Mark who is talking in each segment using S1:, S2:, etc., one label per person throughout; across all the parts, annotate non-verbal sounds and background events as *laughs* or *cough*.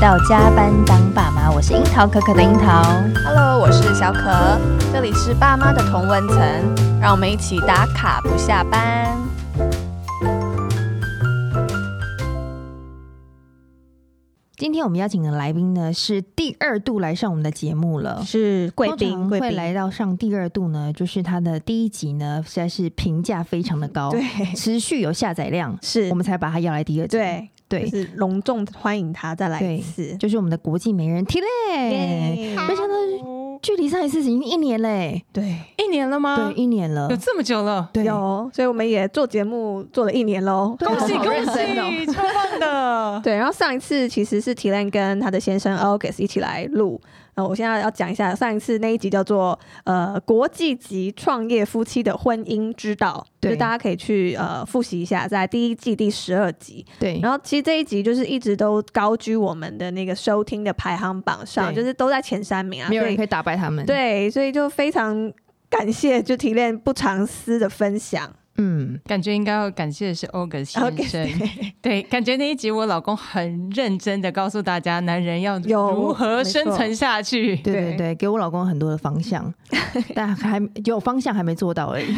S1: 到加班当爸妈，我是樱桃可可的樱桃。
S2: Hello，我是小可，这里是爸妈的同文层，让我们一起打卡不下班。
S1: 今天我们邀请的来宾呢是第二度来上我们的节目
S3: 哦
S1: 了。
S3: 是贵
S1: 通
S3: 宾，
S1: 常
S3: 贵
S1: 会
S3: 宾
S1: 来到上第二度呢，就是他的第一集呢，实在是评价非常的高，
S3: 对，
S1: 持续有下载量，
S3: *laughs* 是
S1: 我们才把他邀来第二集。
S3: 对
S1: 对，
S3: 就是隆重欢迎他再来一次。
S1: 就是我们的国际美人 T 嘞，
S3: 耶
S1: 没想到距离上一次已经一年嘞，
S3: 对，
S4: 哦一年了吗？
S1: 对，，一年了
S4: 有，这么久了，
S1: 对，
S3: 有，所以我们也做节目做了一年喽。
S1: 对
S4: 恭喜
S1: 好
S4: 恭
S1: 认真哦
S4: 喜，哎超棒的！
S3: 对，然后上一次其实是 t i l a n 跟他的先生 August 一起来录，然后我现在要讲一下上一次那一集叫做呃国际级创业夫妻的婚姻之道，
S1: 对
S3: 就大家可以去呃复习一下，在第一季第十二集。
S1: 对，
S3: 然后其实这一集就是一直都高居我们的那个收听的排行榜上，
S1: 对
S3: 就是都在前三名啊，
S1: 没有
S3: 所以
S1: 人可以打败他们。，
S3: 对，所以就非常感谢就提炼不藏私的
S1: *laughs*
S3: 分享。
S1: 嗯，
S4: *laughs* 感觉应该要感谢的是欧格先生，对，感觉那一集我老公很认真的告诉大家，男人要
S3: 有
S4: 如何生存下去。
S1: 对对
S3: 对
S1: 对，给我老公很多的方向，但还有方向还没做到而已。
S3: *laughs*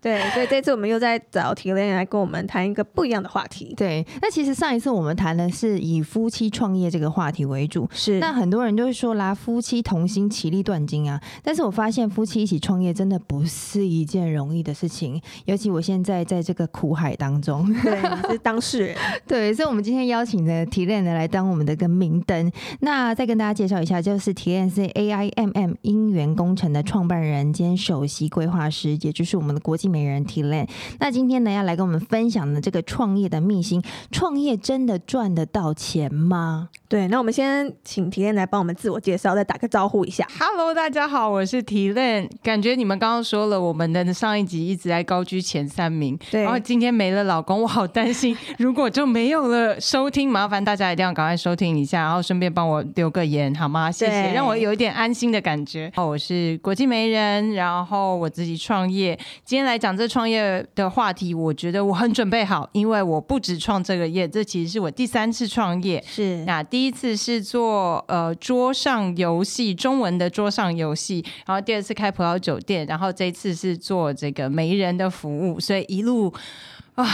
S3: 对，所以这次我们又在找提炼来跟我们谈一个不一样的话
S1: *laughs*
S3: 题。
S1: 对，那其实上一次我们谈的是以夫妻创业这个话题为主。*laughs*
S3: 是
S1: 那很多人就会说啦，夫妻同心，其利断金啊。但是我发现夫妻一起创业真的不是一件容易的事情，尤其我现在在这个苦海当中。
S3: 对，你是当事人，
S1: 对，所以我们今天邀请的提炼呢 E 来当我们的一个明灯。那再跟大家介绍一下，就是提炼是 AIMM 音源工程的创办人兼首席规划师，也就是我们的国际美人提炼。那今天呢要来跟我们分享的这个创业的秘辛，创业真的赚得到钱吗？
S3: 对。那我们先请提炼来帮我们自我介绍，再打个招呼一下。
S4: Hello，大家好，我是提炼。感觉你们刚刚说了，我们的上一集一直在高居前三名，
S3: 对
S4: 然
S1: 哦
S4: 后今天没了老公，我好
S3: *laughs*
S4: 担心。如果就没有了收听，麻烦大家一定要赶快收听一下，然后顺便帮我留个言好吗？谢谢，
S3: 对
S4: 让我有一点安心的感觉。哦，我是国际媒人，然后我自己创业。今天来讲这创业的话题，我觉得我很准备好，因为我不止创这个业，这其实是我第三次创业。
S3: 是
S4: 那第一次是做呃桌上游戏，中文的桌上游戏，然后第二次开葡萄酒店，然后这一次是做这个媒人的服务，所以一路 *sighs* 啊，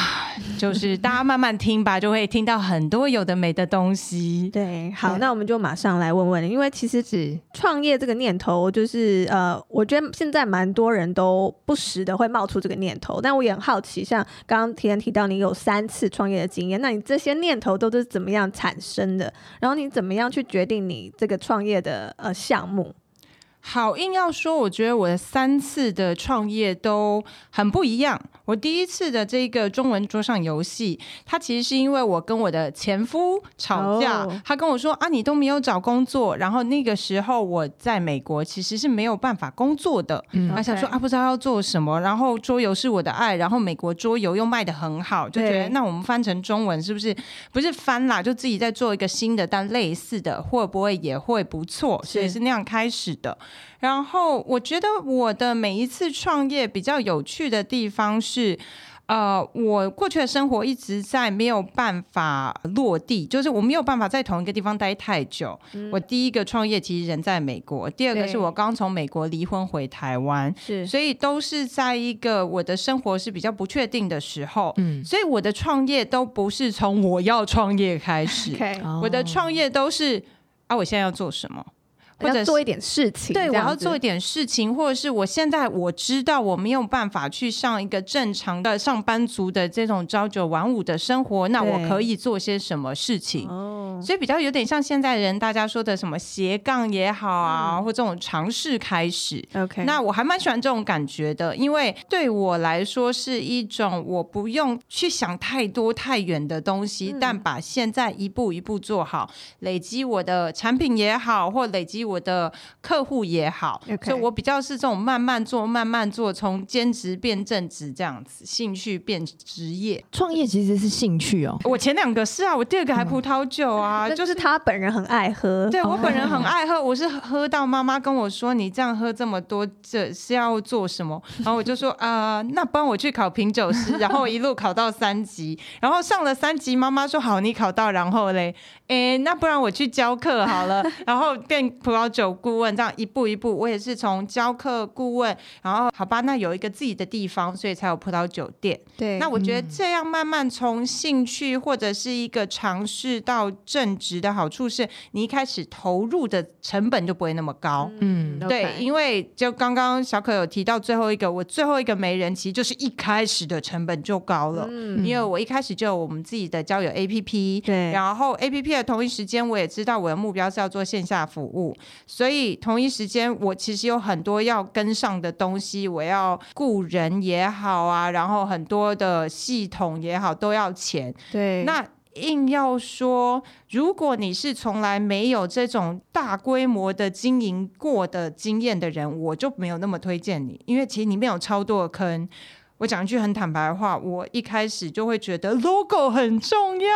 S4: 就是大家慢慢听吧，就会听到很多有的没的东西。
S3: 对，好，
S1: 对
S3: 那我们就马上来问问，因为其实
S1: 是
S3: 创业这个念头，就是呃，我觉得现在蛮多人都不时的会冒出这个念头，但我也很好奇，像刚刚提人提到你有三次创业的经验，那你这些念头都是怎么样产生的？然后你怎么样去决定你这个创业的呃项目？
S4: 好，硬要说，我觉得我的三次的创业都很不一样。我第一次的这个中文桌上游戏，它其实是因为我跟我的前夫吵架
S3: 哦
S4: 他跟我说啊，你都没有找工作，然后那个时候我在美国其实是没有办法工作的，
S1: 嗯
S4: 我、
S3: OK
S4: 想说啊，不知道要做什么，然后桌游是我的爱，然后美国桌游又卖的很好，就觉
S3: 对
S4: 得那我们翻成中文是不是不是翻啦，就自己再做一个新的，但类似的会不会也会不错？所以
S3: 是
S4: 是那样开始的。然后我觉得我的每一次创业比较有趣的地方是。呃，我过去的生活一直在没有办法落地，就是我没有办法在同一个地方待太久。我第一个创业其实人在美国，第二个
S3: 嗯对
S4: 是我刚从美国离婚回台湾，
S3: 是
S4: 所以都是在一个我的生活是比较不确定的时候，
S1: 嗯，
S4: 所以我的创业都不是从我要创业开
S3: *laughs*
S4: 始
S3: OK，
S1: 哦
S4: 我的创业都是啊，我现在要做什么，或
S3: 要
S4: 者是
S3: 做一点事情，
S4: 对，
S3: 这
S4: 我
S3: 样
S4: 要
S3: 子
S4: 做一点事情，或者是我现在我知道我没有办法去上一个正常的上班族的这种朝九晚五的生活，那我
S3: 对
S4: 可以做些什么事情？
S3: 哦，
S4: 所以比较有点像现在人大家说的什么斜杠也好啊，
S3: 嗯
S4: 或这种尝试开始。
S3: OK，
S4: 那我还蛮喜欢这种感觉的，因为对我来说是一种我不用去想太多太远的东西，
S3: 嗯
S4: 但把现在一步一步做好，累积我的产品也好，或累积我的客户也好
S3: OK
S4: 所以我比较是这种慢慢做、慢慢做，从兼职变正职这样子，兴趣变职业。
S1: 创业其实是兴趣哦。
S3: 嗯
S4: 我前两个是啊，我第二个还葡萄
S3: *laughs*
S4: 酒啊，
S3: 就
S4: 就是
S3: 是他本人很爱喝，哦
S4: 对我本人很爱喝，我是喝到妈妈跟我说：“你这样喝这么多，这是要做什么？”然后我就说：“啊、那帮我去考品酒师。”然后一路考到三级，然后上了三级，妈妈说：“好，你考到，然后嘞，诶，那不然我去教课好了。”然后变葡萄酒顾问，这样一步一步，我也是从教课顾问，然后好吧，那有一个自己的地方，所以才有葡萄酒店。
S3: 对，
S4: 那我觉
S1: 嗯
S4: 得这样慢慢从兴趣或者是一个尝试到正职的好处是，你一开始投入的成本就不会那么高。
S1: 嗯
S4: 对，
S3: OK
S4: 因为就刚刚小可有提到最后一个，我最后一个媒人其实就是一开始的成本就高了，
S3: 嗯
S4: 因为我一开始就有我们自己的交友 APP，
S3: 对
S4: 然后 A P P 的同一时间，我也知道我的目标是要做线下服务，所以同一时间我其实有很多要跟上的东西，我要雇人也好啊，然后很多的系统也好都要钱。
S3: 对，
S4: 那硬要说，如果你是从来没有这种大规模的经营过的经验的人，我就没有那么推荐你，因为其实里面有超多的坑。我讲一句很坦白的话，我一开始就会觉
S3: *laughs*
S4: 得 logo 很重要，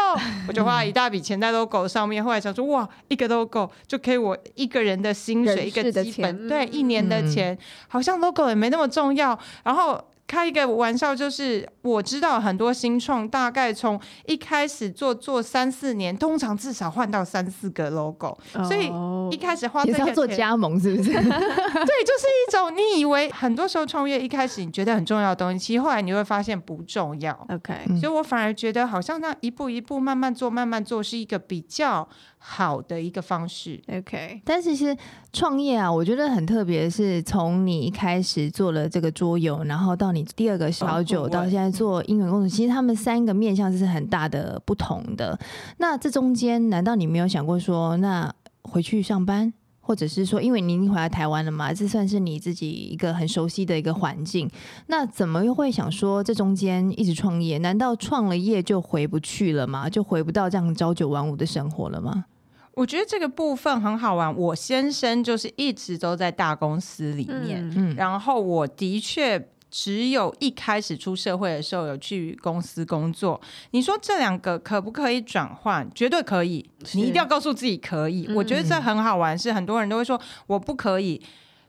S4: 我就花了一大笔钱在 logo 上面。后来想说，哇，一个 logo 就可以我一个人的薪水，
S3: 人
S4: 一个
S3: 事的
S4: 基
S3: 钱
S4: 本，对，
S3: 嗯
S4: 一年的
S1: 嗯
S4: 钱，好像 logo 也没那么重要。然后开一个玩笑，就是我知道很多新创大概从一开始做做三四年，通常至少换到三四个 logo，、所以
S3: 哦
S4: 一开始花这
S1: 也是
S4: 个
S1: 要
S4: 钱，
S1: 做加盟，是不是？
S4: 对，就是一种你以为很多时候创业一开始你觉得很重要的东西，其实后来你会发现不重要。
S3: OK，
S1: 嗯
S4: 所以我反而觉得好像那一步一步慢慢做，慢慢做是一个比较好的一个方式。
S3: OK，
S1: 但是其实创业啊，我觉得很特别，是从你一开始做了这个桌游，然后到你第二个小
S4: 哦
S1: 酒，
S4: 我
S1: 到现在做英文工程，其实他们三个面向是很大的不同的。那这中间，难道你没有想过说，那回去上班？或者是说，因为你已经回来台湾了嘛，这算是你自己一个很熟悉的一个环境。那怎么又会想说这中间一直创业？难道创了业就回不去了吗？就回不到这样朝九晚五的生活了吗？
S4: 我觉得这个部分很好玩。我先生就是一直都在大公司里面，
S3: 嗯
S1: 嗯，
S4: 然后我的确只有一开始出社会的时候有去公司工作。你说这两个可不可以转换？绝对可以，
S3: 是
S4: 你一定要告诉自己可以。
S3: 嗯
S4: 我觉得这很好玩，是很多人都会说我不可以。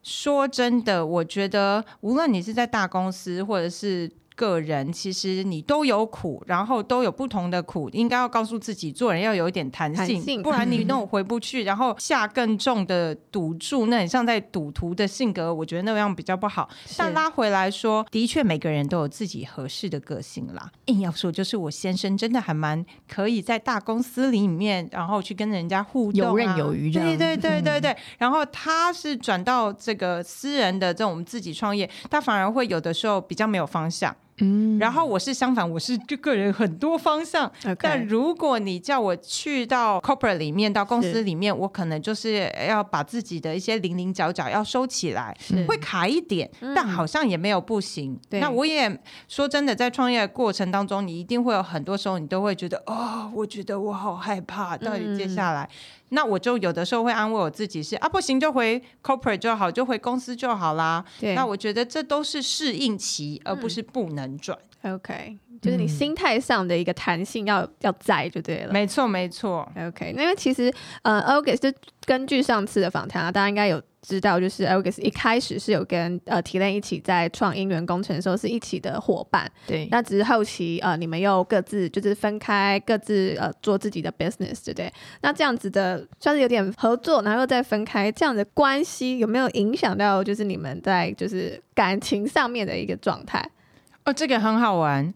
S4: 说真的，我觉得无论你是在大公司或者是。个人其实你都有苦，然后都有不同的苦，应该要告诉自己做人要有一点弹性，
S3: 弹性
S4: 不然你
S1: 嗯
S4: 那种回不去，然后下更重的赌注，那很像在赌徒的性格，我觉得那样比较不好。但拉回来说，的确每个人都有自己合适的个性啦。硬要说，就是我先生真的还蛮可以在大公司里面，然后去跟人家互动、啊，
S1: 游刃有余这样嗯
S4: 对对对对对。然后他是转到这个私人的这种我们自己创业，他反而会有的时候比较没有方向。
S1: 嗯
S4: 然后我是相反，我是个个人很多方向，但
S3: OK，
S4: 如果你叫我去到 corporate 里面，到公司里面，我可能就是要把自己的一些零零角角要收起来，
S3: 是嗯
S4: 会卡一点，但好像也没有不行。
S3: 对
S4: 那我也说真的，在创业的过程当中，你一定会有很多时候，你都会觉得哦，我觉得我好害怕，到底
S3: 嗯
S4: 接下来。那我就有的时候会安慰我自己是啊，不行就回 corporate 就好，就回公司就好啦。
S3: 对，嗯
S4: 那我觉得这都是适应期，而不是不能转。
S3: OK，就是你
S1: 嗯
S3: 心态上的一个弹性要要在就对了。
S4: 没错，没错。
S3: OK，那因为其实呃 o g u s 就根据上次的访谈啊，大家应该有知道，就是 o g u s 一开始是有跟呃提炼一起在创音源工程的时候是一起的伙伴，
S1: 对，
S3: 那只是后期呃你们又各自就是分开，各自呃做自己的 business，对不对？那这样子的算是有点合作，然后又再分开，这样的关系有没有影响到就是你们在就是感情上面的一个状态？
S4: 哦，这个很好玩，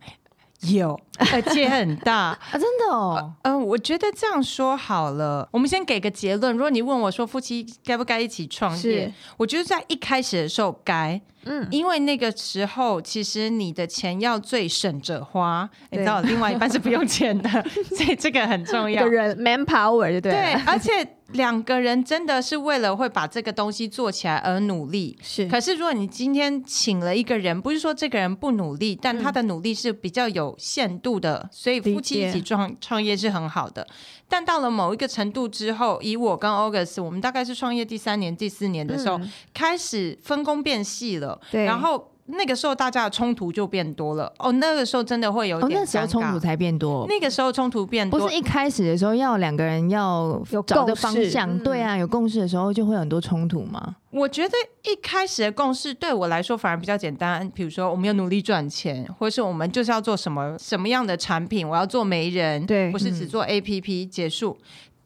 S4: 有，而且很大。
S1: 啊，真的哦，
S4: 嗯、我觉得这样说好了，我们先给个结论。如果你问我说夫妻该不该一起创业
S3: 是，
S4: 我觉得在一开始的时候该，
S3: 嗯，
S4: 因为那个时候其实你的钱要最省着花，你
S3: 对
S4: 知道，另外一半是不用钱的，所以这个很重
S3: 一
S4: 要
S3: 个。人 manpower 就对
S4: 对
S3: 了，，
S4: 而且两个人真的是为了会把这个东西做起来而努力，
S3: 是
S4: 可是如果你今天请了一个人，不是说这个人不努力，但他的努力是比较有限度的，所以夫妻
S3: 理解
S4: 一起创创业是很好的。但到了某一个程度之后，以我跟 August，我们大概是创业第三年、第四年的时候，
S3: 嗯
S4: 开始分工变细了，
S3: 对
S4: 然后。那个时候大家的冲突就变多了。哦，那个时候真的会有
S1: 哦，
S4: 点
S1: 那时候
S4: 尴
S1: 冲突
S4: 尬
S1: 才变多。
S4: 那个时候冲突变多，
S1: 不是一开始的时候要两个人要
S3: 有
S1: 找
S3: 共
S1: 的方
S3: 识
S1: 向，
S3: 嗯
S1: 对啊，有共识的时候就会有很多冲突嘛。
S4: 我觉得一开始的共识对我来说反而比较简单，比如说我们要努力赚钱，或是我们就是要做什么什么样的产品，我要做媒人，
S3: 对嗯
S4: 不是只做 APP、结束。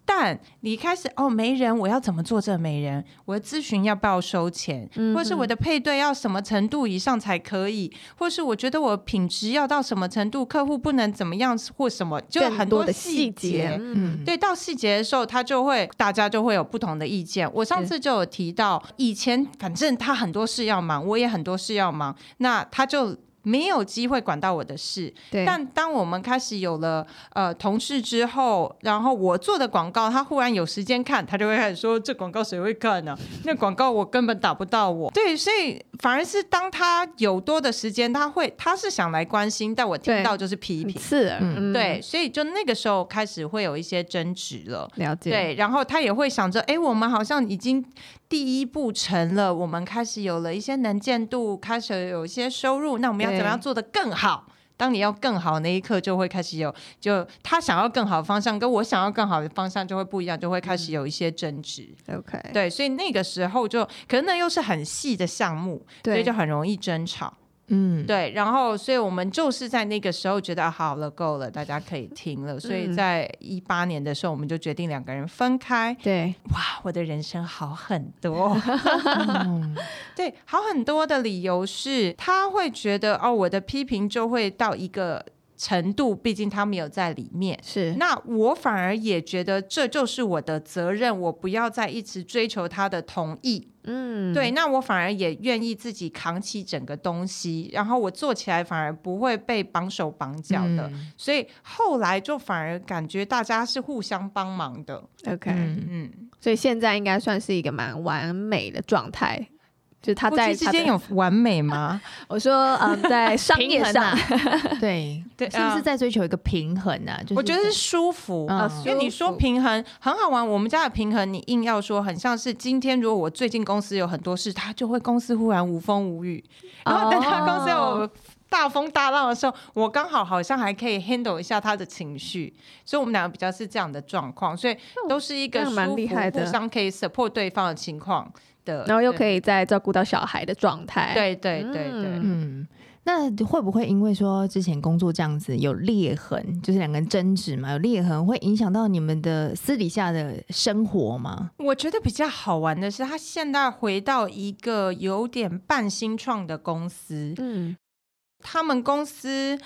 S4: 但你一开始哦，媒人我要怎么做这媒人？我的咨询要不要收钱？
S3: 嗯
S4: 或是我的配对要什么程度以上才可以？或是我觉得我品质要到什么程度，客户不能怎么样或什么，就
S3: 更
S4: 很
S3: 多的
S4: 细
S3: 细节，嗯，
S1: 嗯，
S4: 对，到细节的时候，他就会大家就会有不同的意见。我上次就有提到，以前反正他很多事要忙，我也很多事要忙，那他就。没有机会管到我的事，
S3: 对
S4: 但当我们开始有了呃同事之后，然后我做的广告，他忽然有时间看，他就会开始说这广告谁会看呢、 *laughs* 那广告我根本打不到我。对，所以反而是当他有多的时间，他会他是想来关心，但我听
S3: 对
S4: 到就是批评。
S3: 刺耳，
S1: 嗯
S3: 嗯，
S4: 对，，所以就那个时候开始会有一些争执了。
S3: 了解，
S4: 对，然后他也会想着，哎，我们好像已经第一步成了，我们开始有了一些能见度，开始有一些收入，那我们要怎么样
S3: 对
S4: 做得更好？当你要更好那一刻，就会开始有，就他想要更好的方向，跟我想要更好的方向就会不一样，就会开始有一些争执。
S3: ，OK，
S4: 对，所以那个时候就，可是那又是很细的项目，所以就很容易争吵。
S1: 嗯，
S4: 对，然后所以我们就是在那个时候觉得啊好了，够了，大家可以停了。所以
S3: 嗯
S4: 在一八年的时候，我们就决定两个人分开。
S3: 对，
S4: 哇，我的人生好很多。
S1: 嗯
S4: *laughs* 对，好很多的理由是他会觉得哦，我的批评就会到一个程度，毕竟他没有在里面。
S3: 是，
S4: 那我反而也觉得这就是我的责任，我不要再一直追求他的同意。
S3: 嗯，
S4: 对，，那我反而也愿意自己扛起整个东西，然后我做起来反而不会被绑手绑脚的，
S1: 嗯
S4: 所以后来就反而感觉大家是互相帮忙的。
S3: OK，、
S1: 嗯
S4: 嗯，
S3: 所以现在应该算是一个蛮完美的状态，就是他
S4: 夫
S3: 在
S4: 妻之
S3: 他
S4: 间
S3: 的
S4: 有完
S3: *laughs*
S4: 美吗？
S3: 我说
S4: *laughs*
S3: 嗯，在商业
S1: 平衡
S3: 上
S1: 啊，对
S4: 对
S1: 是不
S4: 啊
S1: 是在追求一个平衡啊？就是
S4: 我觉得是舒服。呃
S1: 嗯
S3: 啊
S4: 因为你说平衡很好玩，我们家的平衡，你硬要说很像是今天，如果我最近公司有很多事，他就会公司忽然无风无雨，然后等他公司
S3: 哦
S4: 有大风大浪的时候，我刚好好像还可以 handle 一下他的情绪，所以我们两个比较是这样的状况，所以都是一个
S3: 那
S4: 舒
S3: 我
S4: 服、
S3: 蛮厉害的
S4: 互相可以 support 对方的情况的，
S3: 然后又可
S4: 以
S3: 以再照顾到小孩的状态，，
S4: 对对对对
S3: 嗯
S1: 嗯，那会不会因为说之前工作这样子有裂痕，就是两个人争执嘛，有裂痕会影响到你们的私底下的生活吗？
S4: 我觉得比较好玩的是，他现在回到一个有点半新创的公司，
S3: 嗯，
S4: 他们公司。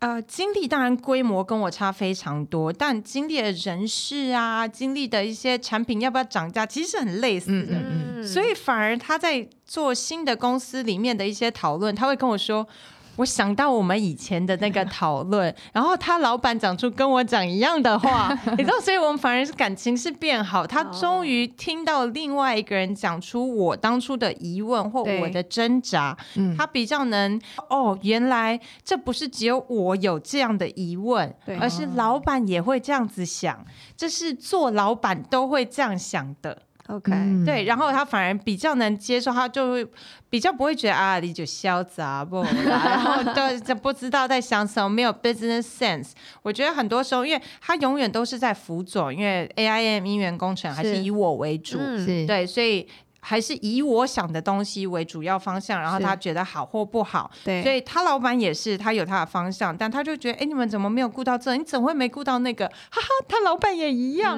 S4: 呃，经历当然规模跟我差非常多，但经历的人事啊，经历的一些产品要不要涨价，其实很类似的。
S1: 嗯
S4: 所以反而他在做新的公司里面的一些讨论，他会跟我说。我想到我们以前的那个讨论， *laughs* 然后他老板讲出跟我讲一样的话，
S1: *laughs*
S4: 你知道，所以我们反而是感情是变好。他
S1: 哦
S4: 终于听到另外一个人讲出我当初的疑问或
S3: 对
S4: 我的挣扎，
S1: 嗯，
S4: 他比较能哦，原来这不是只有我有这样的疑问
S3: 对，
S4: 而是老板也会这样子想，这是做老板都会这样想的。
S3: OK，
S1: 嗯
S4: 对，然后他反而比较能接受，他就会比较不会觉得啊，你就潇洒不啦，然后对不知道在想什么，没有 business sense。我觉得很多时候，因为他永远都是在辅佐，因为 AIM 音源工程还是
S3: 是
S4: 以我为主，
S3: 嗯
S1: 是
S4: 对，所以。还是以我想的东西为主要方向，然后
S3: 是
S4: 他觉得好或不好，
S3: 对，
S4: 所以他老板也是，他有他的方向，但他就觉得，哎、你们怎么没有顾到这？你怎么会没顾到那个？哈哈，他老板也一样，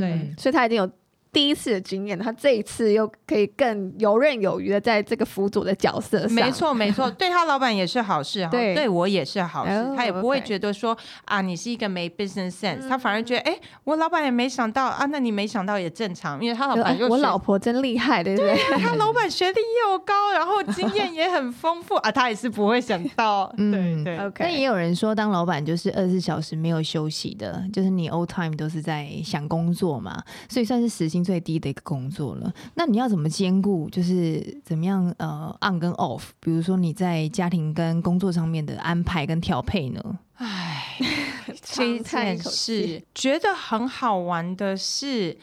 S1: 嗯
S4: 对
S3: 所以他已经有第一次的经验，他这一次又可以更游刃有余的在这个辅佐的角色上，
S4: 没，错，没
S3: *laughs*
S4: 错，对他老板也是好事，哈，
S3: 啊对
S4: 对我也是好事，
S3: 哦
S4: 他也不会
S3: OK
S4: 觉得说啊，你是一个没 business sense，、
S3: 嗯
S4: 他反而觉得，哎、我老板也没想到啊，那你没想到也正常，因为他老
S3: 就
S4: 板
S3: 哎
S4: 又
S3: 我
S4: 学
S3: 老婆真厉害，对不对？
S4: 他老板学历又高，然后经验也很丰富啊，他也是不会想到，
S1: 嗯
S4: 对对。
S1: 那 *laughs*
S3: OK，
S1: 也有人说，当老板就是二十四小时没有休息的，就是你 all time 都是在想工作嘛，所以算是时薪最低的一个工作了。那你要怎么兼顾，就是怎么样呃 on 跟 off？比如说你在家庭跟工作上面的安排跟调配呢？
S4: 唉，这
S3: 长
S4: 一
S3: 叹一
S4: 件
S3: 口
S4: *laughs* 事
S3: 气
S4: 觉得很好玩的是，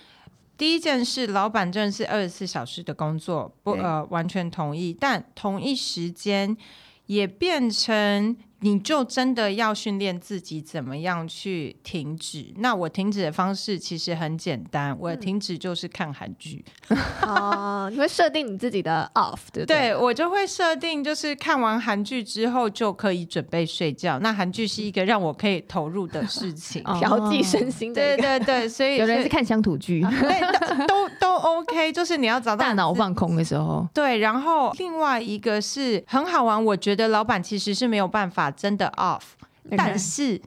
S4: 第一件事，老板真的是二十四小时的工作，不
S1: 对
S4: 呃完全同意，但同一时间也变成。你就真的要训练自己怎么样去停止？那我停止的方式其实很简单，我的
S3: 嗯
S4: 停止就是看韩剧。
S3: 哦，你会设定你自己的 off，对不
S4: 对我就会设定，就是看完韩剧之后就可以准备睡觉。那韩剧是一个让我可以投入的事情。
S1: 哦
S3: *laughs* 调剂身心的
S4: 对
S3: 一个。
S4: 对对，所以
S1: *laughs* 有
S4: 啊
S1: 人是看乡土剧，
S4: *laughs* 对都都都 OK，就是你要找
S1: *laughs*
S4: 到
S1: 大
S4: 你
S1: 脑
S4: 自
S1: 放空的时候，
S4: 对，然后另外一个是很好玩，我觉得老板其实是没有办法真的 off，但是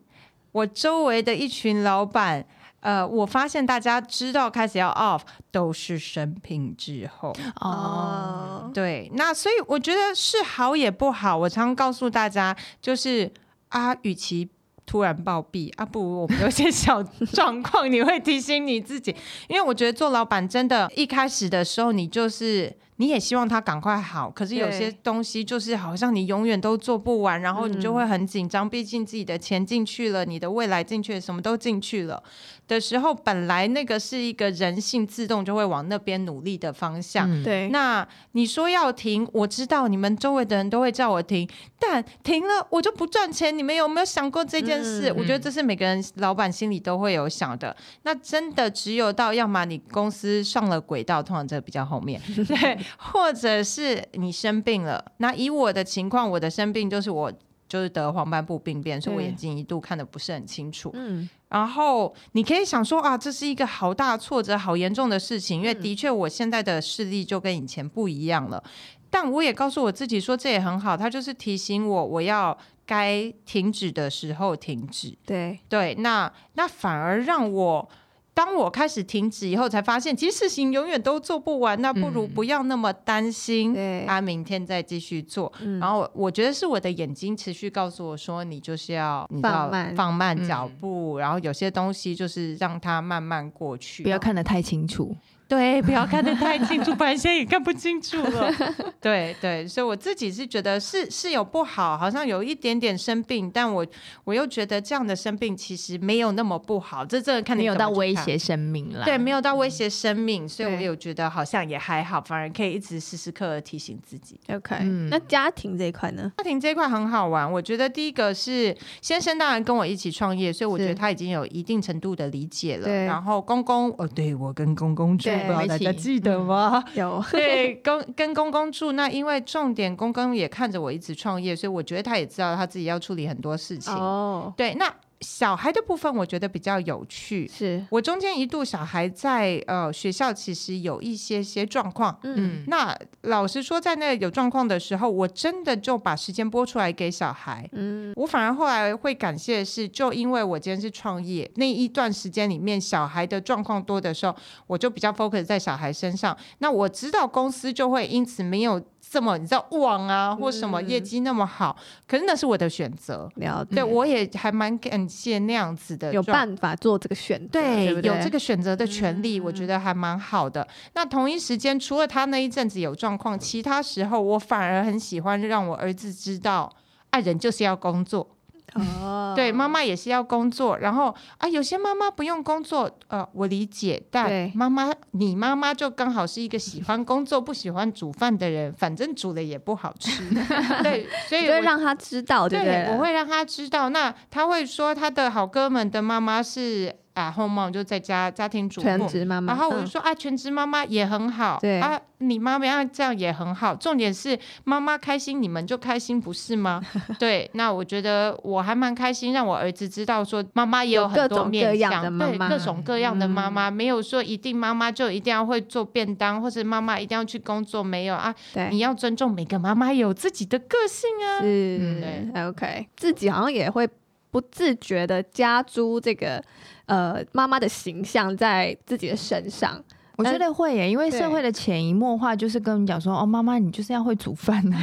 S4: 我周围的一群老板。呃，我发现大家知道开始要 off 都是生病之后，
S1: 哦，
S3: 哦，
S4: 对，那所以我觉得是好也不好。我常告诉大家，就是啊，与其突然暴毙啊，不如我们有一些小状况，你会提醒你自己。因为我觉得做老板真的，一开始的时候你就是。你也希望他赶快好，可是有些
S3: 对
S4: 东西就是好像你永远都做不完，然后你就会很紧张。毕竟自己的钱进去了，你的未来进去了，什么都进去了的时候，本来那个是一个人性自动就会往那边努力的方向，
S1: 嗯，
S3: 对，
S4: 那你说要停，我知道你们周围的人都会叫我停，但停了我就不赚钱。你们有没有想过这件事？
S3: 嗯
S4: 我觉得这是每个人老板心里都会有想的。那真的只有到要么你公司上了轨道，通常这个比较
S3: *laughs*
S4: 后面，对，或者是你生病了。那以我的情况，我的生病就是我。就是得黄斑部病变，所以我
S1: 对
S4: 眼睛一度看的不是很清楚。
S3: 嗯，
S4: 然后你可以想说啊，这是一个好大挫折、好严重的事情，因为
S3: 嗯
S4: 的确我现在的视力就跟以前不一样了。但我也告诉我自己说，这也很好，它就是提醒我，我要该停止的时候停止。
S3: 对，
S4: 对，那那反而让我。当我开始停止以后，才发现其实事情永远都做不完，那不如
S1: 嗯
S4: 不要那么担心，
S3: 对
S4: 啊，明天再继续做。
S3: 嗯
S4: 然后我我觉得是我的眼睛持续告诉我说，你就是要你知道
S3: 放慢
S4: 放慢脚
S1: 嗯
S4: 步，然后有些东西就是让它慢慢过去，
S1: 不要看得太清楚，
S4: 对，不要看得太清 *laughs* 楚，不然现在也看不清楚了。 *laughs* 对对，所以我自己是觉得是是有不好，好像有一点点生病，但我我又觉得这样的生病其实没有那么不好，这真的看你
S1: 没有
S4: 怎
S1: 到
S4: 么去
S1: 威
S4: 看。
S1: 胁生命啦。
S4: 对，没有到威胁生命，所以我
S3: 对
S4: 有觉得好像也还好，反而可以一直时时刻刻提醒自己。
S3: OK，、
S1: 嗯
S3: 那家庭这一块呢？
S4: 家庭这一块很好玩，我觉得第一个是先生当然跟我一起创业，所以我
S3: 是
S4: 觉得他已经有一定程度的理解了。
S3: 对
S4: 然后公公，哦，对我跟公公住，
S3: 对
S4: 不知道大
S1: 我
S4: 家
S1: 们一起
S4: 记得吗？
S3: 有，
S4: 对，公跟公公住，那因为重点公公也看着我一直创业，所以我觉得他也知道他自己要处理很多事情。
S3: 哦，
S4: 对，那小孩的部分我觉得比较有趣。
S3: 是，
S4: 我中间一度小孩在呃学校其实有一些些状况，
S3: 嗯，
S1: 嗯，
S4: 那老实说，在那有状况的时候，我真的就把时间拨出来给小孩。
S3: 嗯，
S4: 我反而后来会感谢的是，就因为我今天是创业那一段时间里面，小孩的状况多的时候，我就比较 focus 在小孩身上。那我知道公司就会因此没有这么你知道旺啊或什么
S3: 嗯
S4: 业绩那么好，可是那是我的选择。
S3: 了解，
S4: 对我也还蛮感谢那样子的
S3: 嗯有
S4: 状
S3: 办法做这个选择，
S4: 对，
S3: 对不对嗯
S4: 有这个选择的权利，我觉得还蛮好的。那同一时间，除了他那一阵子有状况，其他时候我反而很喜欢让我儿子知道。啊，人就是要工作，
S3: 哦，
S4: 对，妈妈也是要工作。然后啊，有些妈妈不用工作，呃，我理解，但
S3: 对
S4: 妈妈，你妈妈就刚好是一个喜欢工作、不喜欢煮饭的人，反正煮了也不好吃， *laughs* 对，所以
S3: 就会
S4: 我
S3: 让他知道，哦对不嗯对？
S4: 我会让他知道。那他会说他的好哥们的妈妈是啊 home mom，就在家家庭主妇。
S3: 全职妈妈，
S4: 然后我就
S3: 嗯
S4: 说、啊，全职妈妈也很好，
S3: 对
S4: 啊，你妈妈这样也很好。重点是妈妈开心，你们就开心，不是吗？
S3: *laughs*
S4: 对，那我觉得我还蛮开心，让我儿子知道说妈妈也
S3: 有
S4: 很
S3: 各
S4: 多
S3: 种
S4: 面
S3: 各样
S4: 向
S3: 的妈妈嗯
S4: 对，各种各样的妈妈，没有说一定妈妈就一定要会做便当，或者妈妈一定要去工作，没有啊，
S3: 对。
S4: 你要尊重每个妈妈有自己的个性啊。
S3: 是
S4: 嗯、
S3: OK，自己好像也会不自觉的加诸这个呃妈妈的形象在自己的身上，
S1: 我觉得会耶，因为
S3: 对
S1: 社会的潜移默化就是跟你讲说，哦，妈妈，你就是要会煮饭呢，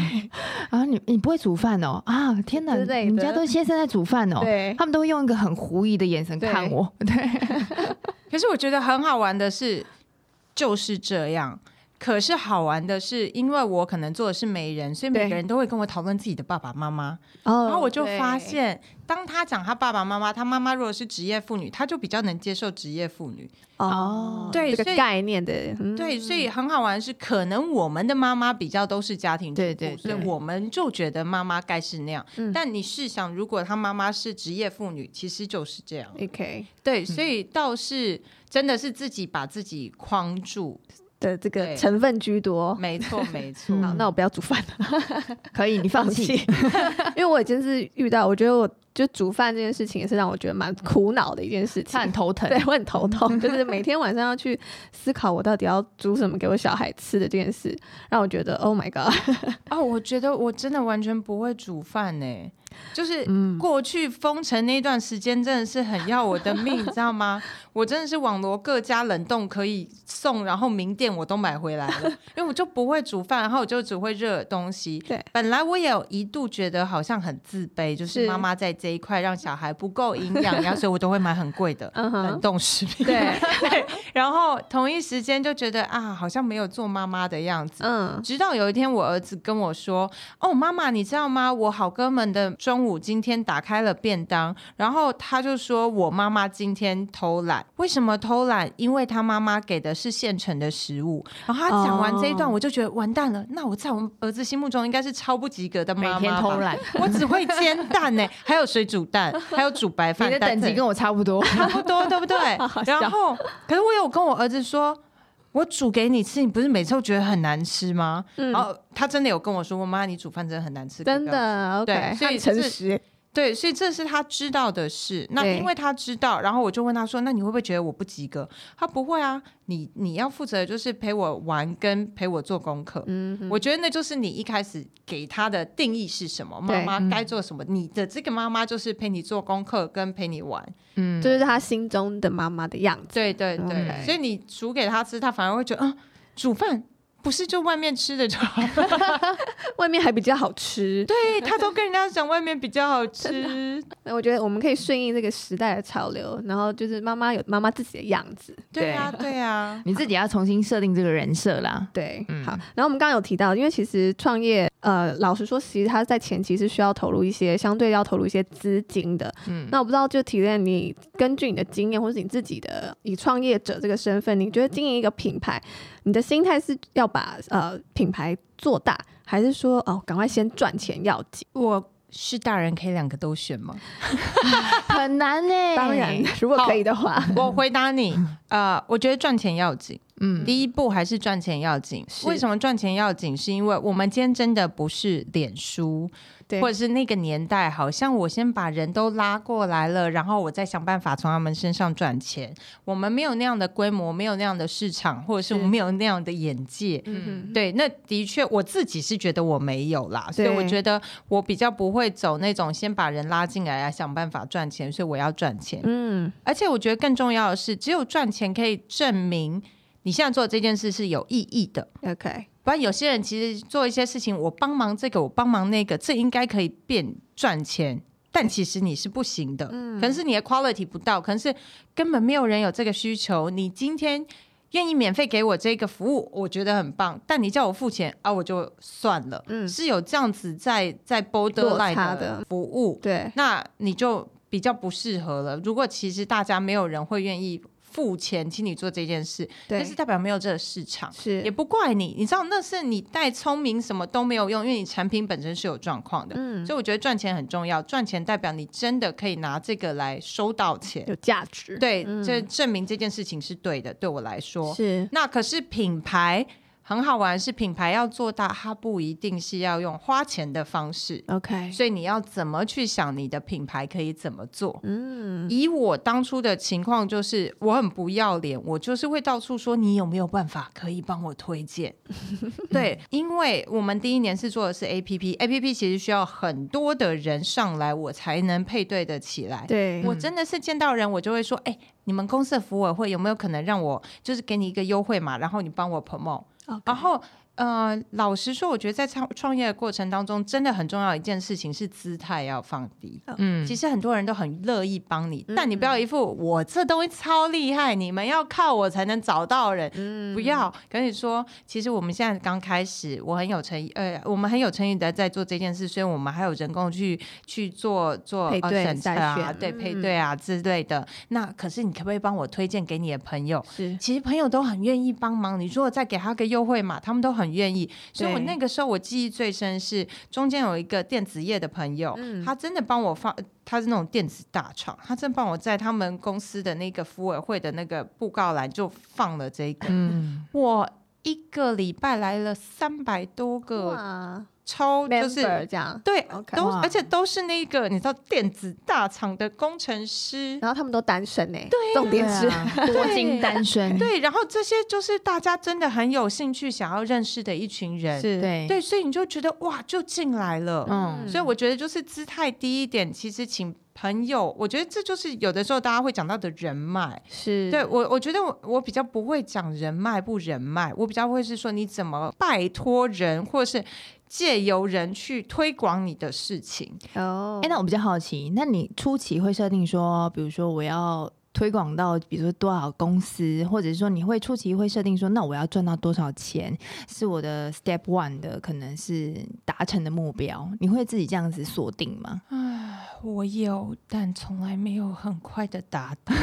S1: 然后你你不会煮饭哦，啊，天哪，
S3: 之类
S1: 你
S3: 的
S1: 家都先生在煮饭哦，
S3: 对
S1: 他们都会用一个很狐疑的眼神
S3: 对
S1: 看我，对， *laughs*
S4: 可是我觉得很好玩的是，就是这样。可是好玩的是，因为我可能做的是媒人，所以每个人都会跟我讨论自己的爸爸妈妈。
S3: 哦
S4: 然后我就发
S2: 对
S4: 现，当他讲他爸爸妈妈，他妈妈如果是职业妇女，他就比较能接受职业妇女。
S3: 哦，
S4: 对
S3: 这
S4: 所
S3: 个
S4: 以
S3: 概念的，嗯
S4: 对，所以很好玩的是，可能我们的妈妈比较都是家庭主妇，
S2: 对对
S4: 所以
S2: 对
S4: 我们就觉得妈妈该是那样。
S3: 嗯
S4: 但你试想，如果他妈妈是职业妇女，其实就是这
S2: 嗯
S4: 样。
S3: ，OK
S4: 对，所以倒是真的是自己把自己框住。
S3: 的这个
S4: 对
S3: 成分居多。
S4: 没错，没错。
S1: 嗯
S3: 好，那我不要煮饭了，
S1: 可以，你放弃。，
S3: 因为我已经是遇到，我觉得我就煮饭这件事情也是让我觉得蛮苦恼的一件事
S1: 他
S3: 情
S1: 很。头疼
S3: 对，，我很头痛，就是每天晚上要去思考我到底要煮什么给我小孩吃的这件事，让我觉得 Oh my God，
S4: 哦，我觉得我真的完全不会煮饭呢、欸就是
S3: 嗯，
S4: 过去封城那段时间真的是很要我的命，你知道吗？我真的是网罗各家冷冻可以送，然后名店我都买回来了，因为我就不会煮饭，然后我就只会热东西。
S3: 对，
S4: 本来我也有一度觉得好像很自卑，就是
S3: 是
S4: 妈妈在这一块让小孩不够营养，
S3: *laughs*
S4: 然后所以我都会买很贵的
S3: 嗯
S4: 冷
S3: 哼，
S4: 冻食品。
S3: 对，
S4: *laughs* 然后同一时间就觉得啊，好像没有做妈妈的样
S3: *laughs*
S4: 子。
S3: 嗯，
S4: 直到有一天，我儿子跟我说：“哦，妈妈，你知道吗？我好哥们的中午今天打开了便当，然后他就说我妈妈今天偷懒。为什么偷懒？因为他妈妈给的是现成的食物。然后他讲完这一段，
S3: 哦
S4: 我就觉得完蛋了。那我在我儿子心目中应该是超不及格的
S1: 每
S4: 妈妈
S1: 天
S4: 吧
S1: 偷，懒。
S4: 我只会煎蛋呢、还有水煮蛋，还有煮白饭
S1: 你的
S4: 蛋。
S1: 等级跟我差不多，
S4: 差不多，对
S1: *laughs*
S4: 不对？
S3: 笑
S4: 然后，可是我有跟我儿子说，我煮给你吃，你不是每次都觉得很难吃吗？
S3: 嗯
S4: 然后他真的有跟我说，我妈你煮饭真的很难吃，
S3: 真
S4: 哥哥。
S3: 的
S4: 对
S3: ，OK，
S4: 所以
S3: 很诚
S4: 是
S3: 实，
S4: 对，所以这是他知道的事。那
S3: 对
S4: 因为他知道，然后我就问他说：“那你会不会觉得我不及格？”他不会啊，你你要负责的就是陪我玩跟陪我做功课。
S3: 嗯哼，
S4: 我觉得那就是你一开始给他的定义是什么，妈
S3: 对
S4: 妈
S1: 嗯
S4: 该做什么。你的这个妈妈就是陪你做功课跟陪你玩。
S1: 嗯，
S3: 这就是他心中的妈妈的样子，
S4: 对对对
S3: OK
S4: 所以你煮给他吃，他反而会觉得，嗯，煮饭不是就外面吃的就
S3: *laughs*
S4: 好，
S3: 外面还比较好吃。
S4: 对他都跟人家讲外面比较好吃，
S3: 那我觉得我们可以顺应这个时代的潮流，然后就是妈妈有妈妈自己的样子。
S4: 对啊对啊，
S1: 你自己要重新设定这个人设啦。
S3: 对，
S1: 嗯
S3: 好。然后我们刚刚有提到，因为其实创业，呃，老实说，其实它在前期是需要投入一些，相对要投入一些资金的。 *laughs*
S1: 嗯，
S3: 那我不知道，就体验你根据你的经验，或是你自己的以创业者这个身份，你觉得经营一个品牌，你的心态是要把呃品牌做大，还是说哦赶快先赚钱要紧？
S4: *laughs* 我。是大人可以两个都选 *laughs* 吗？
S1: 很难呢。
S3: 当然，如果可以的话，
S4: 我回答你，呃，我觉得赚钱要紧，
S1: 嗯，
S4: 第一步还是赚钱要紧。
S3: 是
S4: 为什么赚钱要紧？是因为我们今天真的不是脸书，
S3: 对
S4: 或者是那个年代，好像我先把人都拉过来了，然后我再想办法从他们身上赚钱。我们没有那样的规模，没有那样的市场，或者是
S3: 是
S4: 我们没有那样的眼界。
S1: 嗯
S3: 嗯，
S4: 对，那的确，我自己是觉得我没有啦，所以
S3: 对
S4: 我觉得我比较不会走那种先把人拉进来，啊，想办法赚钱，所以我要赚钱。
S3: 嗯，
S4: 而且我觉得更重要的是，只有赚钱可以证明你现在做这件事是有意义的。
S3: 嗯，OK，
S4: 不然有些人其实做一些事情，我帮忙这个，我帮忙那个，这应该可以变赚钱，但其实你是不行的。
S3: 嗯
S4: 可能是你的 quality 不到，可能是根本没有人有这个需求。你今天愿意免费给我这个服务，我觉得很棒，但你叫我付钱啊，我就算了。
S3: 嗯
S4: 是有这样子在在
S3: 落
S4: borderline
S3: 差
S4: 的
S3: 的
S4: 服务，
S3: 对，
S4: 那你就比较不适合了。如果其实大家没有人会愿意付钱请你做这件事，
S3: 对
S4: 但是代表没有这个市场。
S3: 是
S4: 也不怪你，你知道那是你再聪明什么都没有用，因为你产品本身是有状况的。
S3: 嗯
S4: 所以我觉得赚钱很重要，赚钱代表你真的可以拿这个来收到钱，
S3: 有价值，
S4: 对，
S3: 嗯
S4: 这证明这件事情是对的。对我来说，
S3: 是
S4: 那可是品牌很好玩，是品牌要做大，它不一定是要用花钱的方式，
S3: OK，
S4: 所以你要怎么去想你的品牌可以怎么做？
S3: 嗯，
S4: 以我当初的情况，就是我很不要脸，我就是会到处说你有没有办法可以帮我
S3: *laughs*
S4: 推荐？对，因为我们第一年是做的是 A P P，A P P 其实需要很多的人上来，我才能配对的起来。
S3: 对，
S4: 我真的是见到人，我就会说，哎、你们公司的服委会有没有可能让我就是给你一个优惠嘛，然后你帮我 promo，t e
S3: OK
S4: 然后。呃，老实说，我觉得在创创业的过程当中，真的很重要一件事情是姿态要放低。
S1: 嗯
S4: 其实很多人都很乐意帮你，
S3: 嗯
S4: 但你不要一副我这东西超厉害，你们要靠我才能找到人。
S3: 嗯
S4: 不要跟你说，其实我们现在刚开始，我很有诚意，呃，我们很有诚意的在做这件事，所以我们还有人工去去做做
S3: 配
S4: 呃
S3: 对
S4: 审查
S3: 筛
S4: 啊，
S3: 选
S4: 对
S3: 嗯
S4: 配对啊之类的。那可是你可不可以帮我推荐给你的朋友？
S3: 是
S4: 其实朋友都很愿意帮忙，你如果再给他个优惠码，他们都很愿意。所以我
S3: 对
S4: 那个时候我记忆最深是中间有一个电子业的朋友，
S3: 嗯
S4: 他真的帮我放，他是那种电子大厂，他真帮我在他们公司的那个服委会的那个布告栏就放了这个，
S1: 嗯，
S4: 我。一个礼拜来了三百多个，
S3: 哇
S4: 超就
S3: member
S4: 是
S3: 这样，
S4: 对，
S3: OK
S4: 都
S1: 哇
S4: 而且都是那个你知道电子大厂的工程师，
S3: 然后他们都单身呢，对，重点是
S1: 对啊多金单身，
S4: 对，然后这些就是大家真的很有兴趣想要认识的一群人，
S3: 是，
S1: 对
S4: 对，所以你就觉得哇，就进来了。
S1: 嗯
S4: 所以我觉得就是姿态低一点，其实请朋友，我觉得这就是有的时候大家会讲到的人脉。
S3: 是
S4: 对我，我觉得我我比较不会讲人脉不人脉，我比较会是说你怎么拜托人，或是借由人去推广你的事情。
S3: 哦
S1: 哎、，那我比较好奇，那你初期会设定说，比如说我要推广到，比如说多少公司，或者是说你会初期会设定说，那我要赚到多少钱是我的 step one 的，可能是达成的目标，你会自己这样子锁定吗？
S4: 我有，哦但从来没有很快的达到。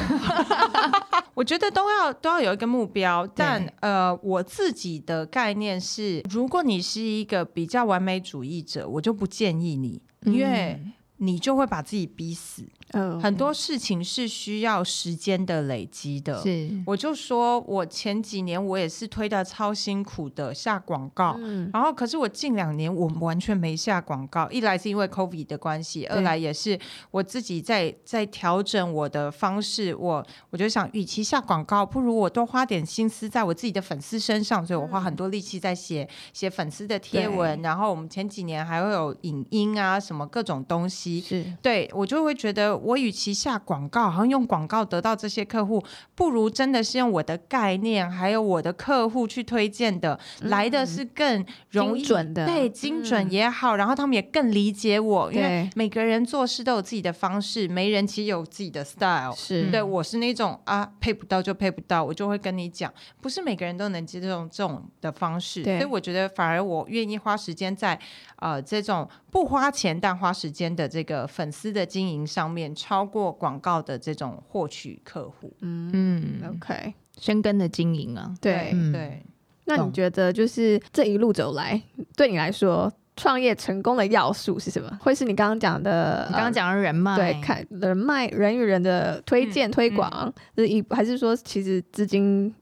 S4: *laughs* 我觉得都要都要有一个目标，但呃，我自己的概念是，如果你是一个比较完美主义者，我就不建议你，
S1: 嗯
S4: 因为你就会把自己逼死。
S3: 嗯
S4: 很多事情是需要时间的累积的。
S1: 是
S4: 我就说我前几年我也是推的超辛苦的下广告，
S3: 嗯
S4: 然后，可是我近两年我完全没下广告，一来是因为 COVID 的关系，二来也是我自己在在调整我的方式。我我就想，与其下广告，不如我多花点心思在我自己的粉丝身上，所以我花很多力气在写写粉丝的贴文。然后我们前几年还会有影音啊，什么各种东西。
S3: 是
S4: 对我就会觉得，我与其下广告，好像用广告得到这些客户，不如真的是用我的概念，还有我的客户去推荐的，来的是更容易
S3: 嗯精准的嗯
S4: 对，精准也好，然后他们也更理解我，因为
S3: 对
S4: 每个人做事都有自己的方式，每人其实有自己的 style。
S3: 是
S4: 对，我是那种啊，配不到就配不到，我就会跟你讲，不是每个人都能接受这种的方式，所
S3: 对
S4: 以我觉得反而我愿意花时间在呃这种不花钱但花时间的这个粉丝的经营上面，超过广告的这种获取客户。
S3: 嗯
S1: 嗯，
S3: ，OK，
S1: 深耕的经营啊，
S3: 对
S1: 嗯
S4: 对，
S3: 那你
S1: 懂
S3: 觉得就是这一路走来，对你来说，创业成功的要素是什么？会是你刚刚讲的，
S1: 你刚刚
S3: 呃、
S1: 讲的人脉，
S3: 对，看人脉、人与人的推荐、
S4: 嗯
S3: 推广，是一还是说其实资金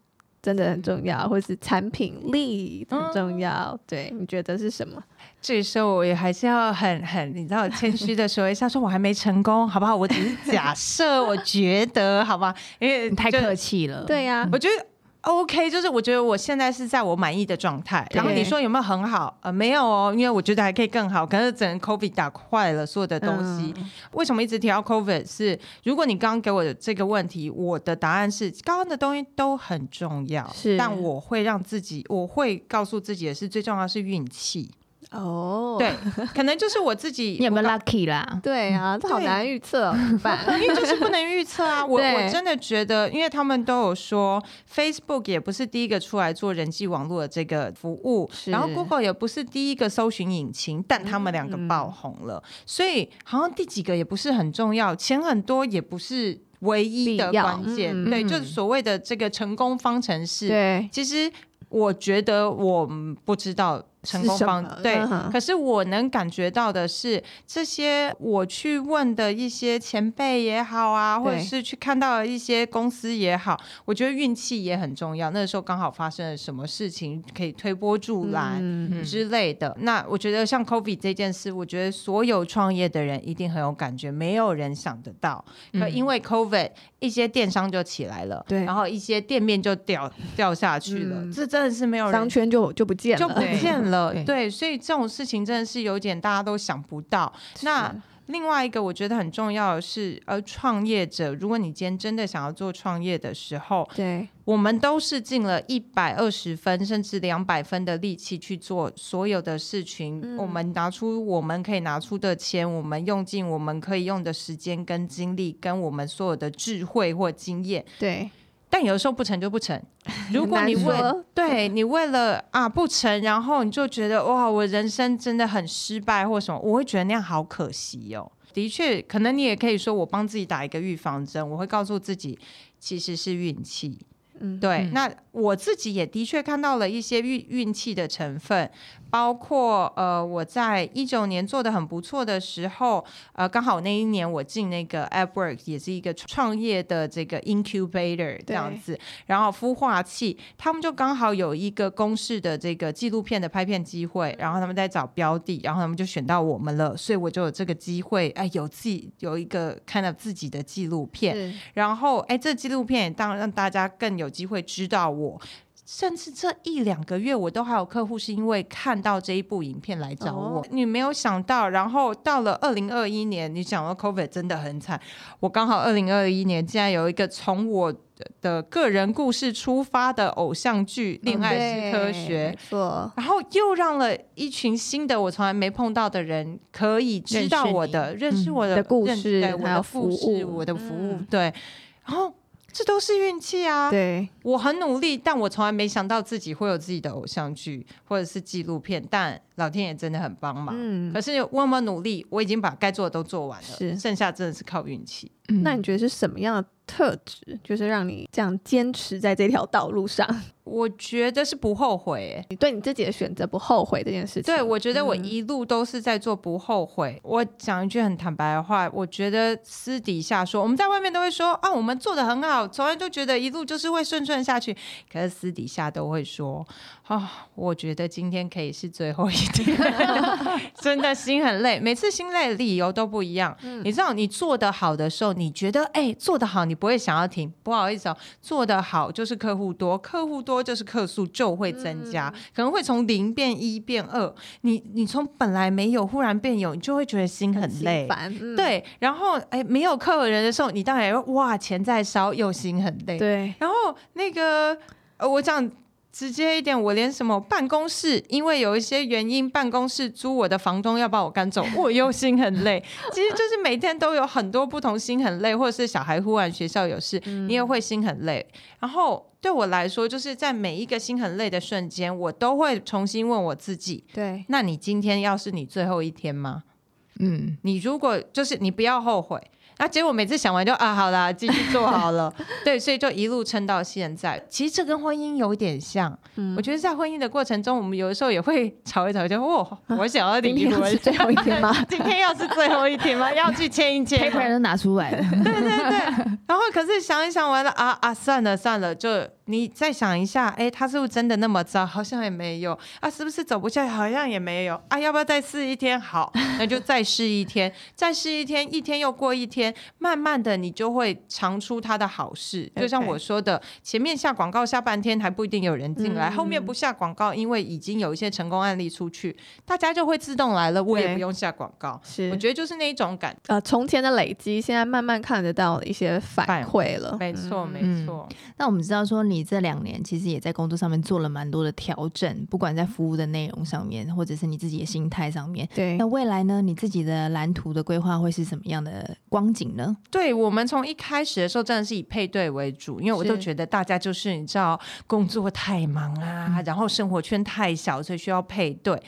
S3: 真的很重要，或是产品力很重要？对，你觉得是什么？
S4: 这时候我也还是要很很，你知道，谦虚的说一 *laughs* 下，说我还没成功，好不好？我只是假设，我觉得，好吧，因为
S1: 你太
S4: 就
S1: 客气了，
S3: 对呀、
S4: *laughs* 我觉得 OK，就是我觉得我现在是在我满意的状态。
S3: 对
S4: 然后你说有没有很好？呃，没有哦，因为我觉得还可以更好。可是整个 COVID 打坏了所有的东西。
S1: 嗯
S4: 为什么一直提到 COVID？是如果你刚刚给我的这个问题，我的答案是刚刚的东西都很重要，
S3: 是
S4: 但我会让自己，我会告诉自己的是最重要的是运气。
S3: 哦，
S4: 对，可能就是我自己
S1: *laughs* 你有没有 lucky 啦？
S3: 对啊，这好
S4: 对
S3: 难预测、哦，怎么
S4: *laughs*
S3: 办？
S4: 因为就是不能预
S3: *laughs*
S4: 测啊！我
S3: 对
S4: 我真的觉得，因为他们都有说，Facebook 也不是第一个出来做人际网络的这个服务，
S3: 是
S4: 然后 Google 也不是第一个搜寻引擎，但他们两个爆红了，
S3: 嗯
S4: 所以好像第几个也不是很重要，钱很多也不是唯一的
S3: 必要
S4: 关键，
S3: 嗯
S4: 对，
S1: 嗯
S4: 就是所谓的这个成功方程式。
S3: 对，
S4: 其实我觉得我嗯不知道成功方
S3: 是什么
S4: 对
S3: 嗯哼，
S4: 可是我能感觉到的是，这些我去问的一些前辈也好啊，或者
S3: 对
S4: 是去看到的一些公司也好，我觉得运气也很重要。那时候刚好发生了什么事情，可以推波助澜。
S3: 嗯，
S1: 嗯
S4: 之类的，那我觉得像 COVID 这件事，我觉得所有创业的人一定很有感觉，没有人想得到，可因为 COVID，一些电商就起来了，
S3: 嗯对
S4: 然后一些店面就掉掉下去了，
S3: 嗯
S4: 这真的是没有
S3: 商
S4: 人
S3: 圈就就不 *laughs* 见了，
S4: 就不见了，
S1: 对
S4: 对，所以这种事情真的是有点大家都想不到。
S3: 是
S4: 那另外一个我觉得很重要的是，呃，创业者，如果你今天真的想要做创业的时候，
S3: 对，
S4: 我们都是尽了一百二十分甚至两百分的力气去做所有的事情。
S3: 嗯
S4: 我们拿出我们可以拿出的钱，我们用尽我们可以用的时间跟精力，跟我们所有的智慧或经验。
S3: 对，
S4: 但有的时候不成就不成。如
S3: *laughs*
S4: 果
S3: 难
S4: 你为
S3: 说
S4: 对你为了啊不成，然后你就觉得哇，我人生真的很失败或什么，我会觉得那样好可惜哦。的确，可能你也可以说，我帮自己打一个预防针，我会告诉自己其实是运气。
S3: 嗯，
S4: 对，
S1: 嗯
S4: 那我自己也的确看到了一些运运气的成分，包括呃，我在一九年做的很不错的时候，呃，刚好那一年我进那个 AppWork，也是一个创业的这个 incubator 这样子，然后孵化器，他们就刚好有一个公式的这个纪录片的拍片机会，然后他们在找标的，然后他们就选到我们了，所以我就有这个机会，哎、有自己有一个看到自己的纪录片，
S3: 是
S4: 然后，哎，这纪录片也当让大家更有机会知道我。甚至这一两个月，我都还有客户是因为看到这一部影片来找我。
S3: 哦
S4: 你没有想到，然后到了二零二一年，你想到 COVID 真的很惨。我刚好二零二一年，竟然有一个从我的个人故事出发的偶像剧《恋爱是科学》
S3: 没错，
S4: 然后又让了一群新的我从来没碰到的人可以知道我的、认
S1: 识你
S4: 识我
S3: 嗯
S4: 的
S3: 的故
S4: 认
S3: 事
S4: 对我
S3: 还有
S4: 的故
S3: 服
S4: 事、
S3: 务
S4: 我的服务，
S3: 嗯
S4: 对。然后这都是运气啊！
S3: 对，
S4: 我很努力，但我从来没想到自己会有自己的偶像剧或者是纪录片，但老天爷真的很帮忙。
S3: 嗯
S4: 可，是我有没有努力？我已经把该做的都做完了，
S3: 是
S4: 剩下真的是靠运气。
S1: 嗯
S3: 那你觉得是什么样的特质，就是让你这样坚持在这条道路上？ *laughs*
S4: 我觉得是不后悔、欸，
S3: 你对你自己的选择不后悔这件事情？
S4: 对，我觉得我
S3: 嗯
S4: 一路都是在做不后悔。我讲一句很坦白的话，我觉得私底下说，我们在外面都会说啊，我们做的很好，从来都觉得一路就是会顺顺下去。可是私底下都会说啊，我觉得今天可以是最后一天， *laughs* 真的心很累。每次心累的理由都不一样。
S3: 嗯
S4: 你知道，你做得好的时候，你觉得哎、做得好，你不会想要停。不好意思哦，做得好就是客户多，客户多就是客数就会增加，
S3: 嗯
S4: 可能会从零变一变二。你你从本来没有忽然变有，你就会觉得心很
S3: 心
S4: 累。
S3: 烦，嗯
S4: 对，然后哎，没有客人的时候，你当然也会哇钱在烧，又心很累。
S3: 对，
S4: 然后那个，呃，我讲直接一点，我连什么办公室，因为有一些原因，办公室租我的房东要把我赶走，我又心很累。其实就是每天都有很多不同心很累，或者是小孩忽然学校有事，你也会心很累。然后对我来说，就是在每一个心很累的瞬间，我都会重新问我自己：
S3: 对，
S4: 那你今天要是你最后一天吗？
S1: 嗯，
S4: 你如果就是你不要后悔。那、结果每次想完就啊，好啦，继续做好了。
S3: *laughs*
S4: 对，所以就一路撑到现在。其实这跟婚姻有点像，
S3: 嗯
S4: 我觉得在婚姻的过程中，我们有的时候也会吵一吵，就哦，我想要
S3: 今
S4: 离
S3: 天 *laughs*
S4: 婚，
S3: 是最后一天吗？
S4: 今天要是最后一天吗？要去签一签吗。
S1: paper 都拿出来了，
S4: 然后可是想一想完了啊啊，算了算了，就你再想一下，哎，他是不是真的那么糟？好像也没有啊，是不是走不下去？好像也没有啊，要不要再试一天？好， *laughs* 那就再试一天，再试一天，一天又过一天，慢慢的你就会尝出他的好事。就像
S3: OK
S4: 我说的，前面下广告下半天还不一定有人进来，
S3: 嗯
S4: 后面不下广告，因为已经有一些成功案例出去，大家就会自动来了，我也
S3: 对
S4: 不用下广告。
S3: 是，
S4: 我觉得就是那一种感觉，
S3: 呃，从前的累积，现在慢慢看得到一些反
S4: 反
S3: 馈了。
S4: 没错，
S3: 嗯
S4: 没
S1: 嗯
S4: 错。
S1: 那我们知道说，你这两年其实也在工作上面做了蛮多的调整，不管在服务的内容上面，或者是你自己的心态上面。
S3: 对
S1: 那，未来呢？你自己的蓝图的规划会是什么样的光景呢？
S4: 对我们从一开始的时候，真的是以配对为主，因为我
S3: 是
S4: 都觉得大家就是你知道，工作太忙啊，
S3: 嗯
S4: 然后生活圈太小，所以需要配对。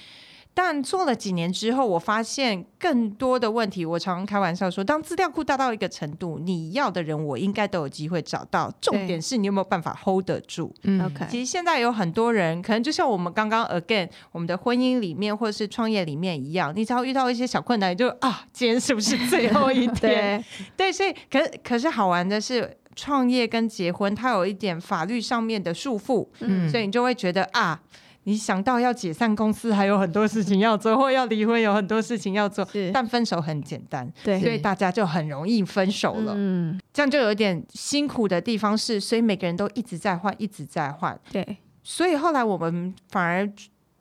S4: 但做了几年之后，我发现更多的问题。我常常开玩笑说，当资料库大到一个程度，你要的人我应该都有机会找到。重点是你有没有办法 hold 得住。
S1: 嗯
S3: OK
S4: 其实现在有很多人，可能就像我们刚刚 again 我们的婚姻里面或者是创业里面一样，你只要遇到一些小困难，你就啊，今天是不是最后一天？
S3: *laughs* 对，
S4: 对，所以可可是好玩的是，创业跟结婚它有一点法律上面的束缚，
S1: 嗯
S4: 所以你就会觉得啊，你想到要解散公司还有很多事情要做，或要离婚有很多事情要做，
S3: 是，
S4: 但分手很简单，
S3: 对
S4: 所以大家就很容易分手了。
S3: 嗯，
S4: 这样就有一点辛苦的地方是，所以每个人都一直在换，一直在换，
S3: 对，
S4: 所以后来我们反而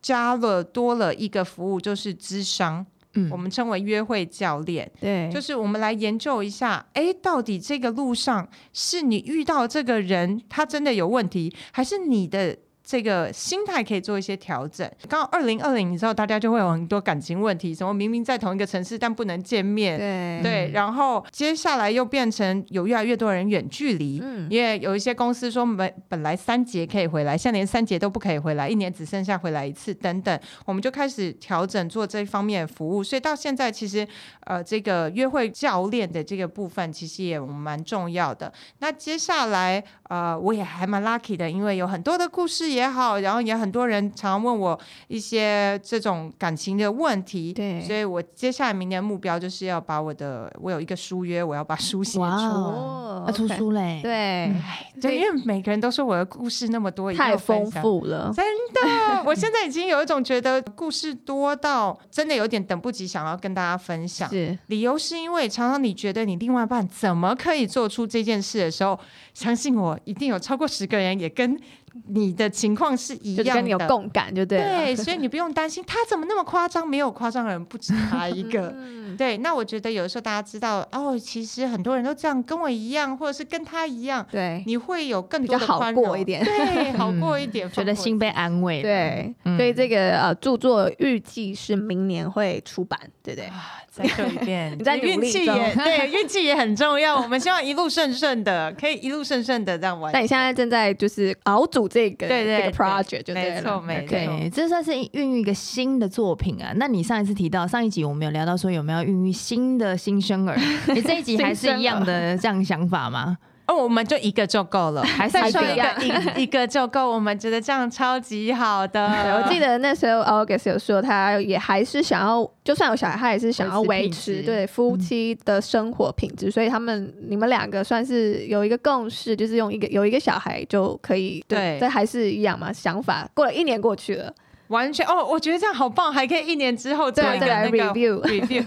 S4: 加了多了一个服务，就是智商。
S1: 嗯
S4: 我们称为约会教练，
S2: 对，
S4: 就是是我们来研究一下，哎，到底这个路上是你遇到这个人他真的有问题，还是你的？这个心态可以做一些调整。刚好二零二零，你知道大家就会有很多感情问题，什么明明在同一个城市，但不能见面，
S2: 对
S4: 对，然后接下来又变成有越来越多人远距离，
S2: 嗯
S4: 因为有一些公司说本本来三节可以回来，现在连三节都不可以回来，一年只剩下回来一次等等，我们就开始调整做这方面的服务，所以到现在其实呃这个约会教练的这个部分其实也蛮重要的。那接下来呃我也还蛮 lucky 的，因为有很多的故事也好，然后也很多人常常问我一些这种感情的问题，
S2: 对
S4: 所以我接下来明年目标就是要把我的，我有一个书约，我要把书写出。
S1: 哇
S2: 哦
S4: 啊
S1: 要出
S2: OK
S1: 啊书嘞，
S2: 对
S1: 嗯
S4: 对，因为每个人都说我的故事那么多，一定
S3: 太
S4: 要分
S3: 丰
S4: 享。
S3: 富了。
S4: 真的，
S3: *laughs*
S4: 我现在已经有一种觉得故事多到真的有点等不及，想要跟大家分享。
S2: 是
S4: 理由是因为常常你觉得你另外一半怎么可以做出这件事的时候，相信我，一定有超过十个人也跟你的情况是一
S3: 就
S4: 样的，
S3: 跟你有共感就对了。
S4: 对，所以你不用担心他怎么那么夸张，没有夸张的人不止他一
S3: *laughs*
S4: 个。
S2: 嗯
S4: 对，那我觉得有时候大家知道哦，其实很多人都这样，跟我一样，或者是跟他一样，
S2: 对
S4: 你会有更
S3: 比
S4: 多
S3: 较
S4: 的
S3: 好
S4: 宽
S3: 过
S4: 容
S3: 一点 *laughs* 嗯
S4: 对，好过一点，
S1: 觉得心
S4: 心
S1: 被安慰了。
S3: 对，
S1: 嗯
S3: 所以这个呃著作预计是明年会出版，对不对？
S4: 再说 *laughs* 一遍，
S3: 你在努
S4: 运
S3: 力
S4: 气
S3: 中 *laughs*
S4: 也对，运气也很重要。我们希望一路顺顺的，可以一路顺顺的这样玩。
S3: 但你现在正在就是熬煮这个
S4: 对对
S3: 这个
S4: 对
S3: project 就对
S4: 没错，
S3: 了。
S4: 没错。
S1: 对，这算是孕育一个新的作品啊。那你上一次提到，上一集我们有聊到说有没有孕育新的新生儿，你这一集还是一样的这样想法吗？
S4: 哦，我们就一个就够了，还再
S3: 还
S4: 说
S3: 是
S4: 一
S3: 一样
S4: 个一一个就够，我们觉得这样超级好的。
S3: 对，我记得那时候 August 有说，他也还是想要，就算有小孩，他也是想要维
S1: 维持
S3: 持
S1: 品质
S4: 嗯
S3: 对夫妻的生活品质，所以他们你们两个算是有一个共识，就是用一个有一个小孩就可以。
S4: 对
S3: 这还是一样嘛，想法过了一年过去了，
S4: 完全哦，我觉得这样好棒，还可以一年之后做
S3: 对，
S4: 一个
S3: 再来
S4: 那个
S3: review。 *laughs*
S4: review。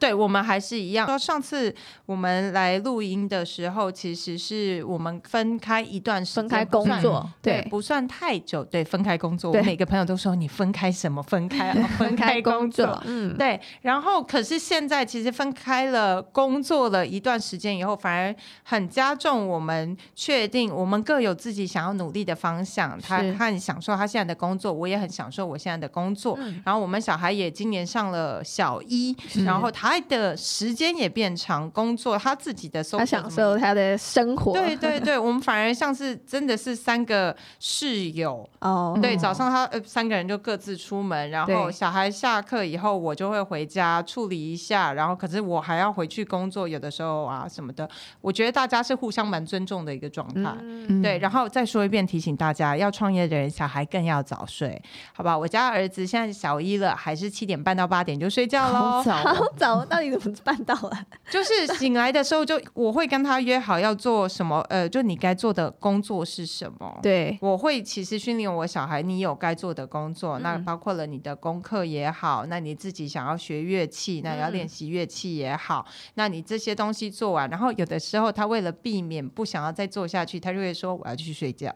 S4: 对我们还是一样。说上次我们来录音的时候，其实是我们分开一段时间，
S3: 分开工
S4: 不算
S3: 作，
S4: 对
S3: 对，
S4: 不算太久。对，分开工作，
S3: 对
S4: 我每个朋友都说你分开什么？分开、
S3: *laughs*
S4: 啊，分开工作。，
S3: 嗯，
S4: 对，然后可是现在其实分开了工作了一段时间以后，反而很加重我们确定我们各有自己想要努力的方向。他
S3: 是
S4: 他很享受他现在的工作，我也很享受我现在的工作。
S3: 嗯
S4: 然后我们小孩也今年上了小一，然后他的时间也变长，工作他自己的 social
S3: 他享
S4: 怎么
S3: 受他的生活。
S4: 对对对，我们反而像是真的是三个室友，
S3: 哦，
S4: 对，早上他呃三个人就各自出门，然后
S3: 对
S4: 小孩下课以后，我就会回家处理一下，然后可是我还要回去工作，有的时候啊什么的，我觉得大家是互相蛮尊重的一个状态。
S3: 嗯，
S4: 对，然后再说一遍，提醒大家，要创业的人，小孩更要早睡，好吧？我家儿子现在小一了，还是七点半到八点就睡觉
S1: 好
S4: 喽，
S1: 早哦，
S3: 好早，到底怎么办到啊？ *laughs*
S4: 就是醒来的时候就我会跟他约好要做什么，呃，就你该做的工作是什么，
S3: 对，
S4: 我会其实训练我小孩，你有该做的工作，那
S3: 嗯
S4: 包括了你的功课也好，那你自己想要学乐器，那
S3: 嗯
S4: 要练习乐器也好，那你这些东西做完，然后有的时候他为了避免不想要再做下去，他就会说我要去睡觉，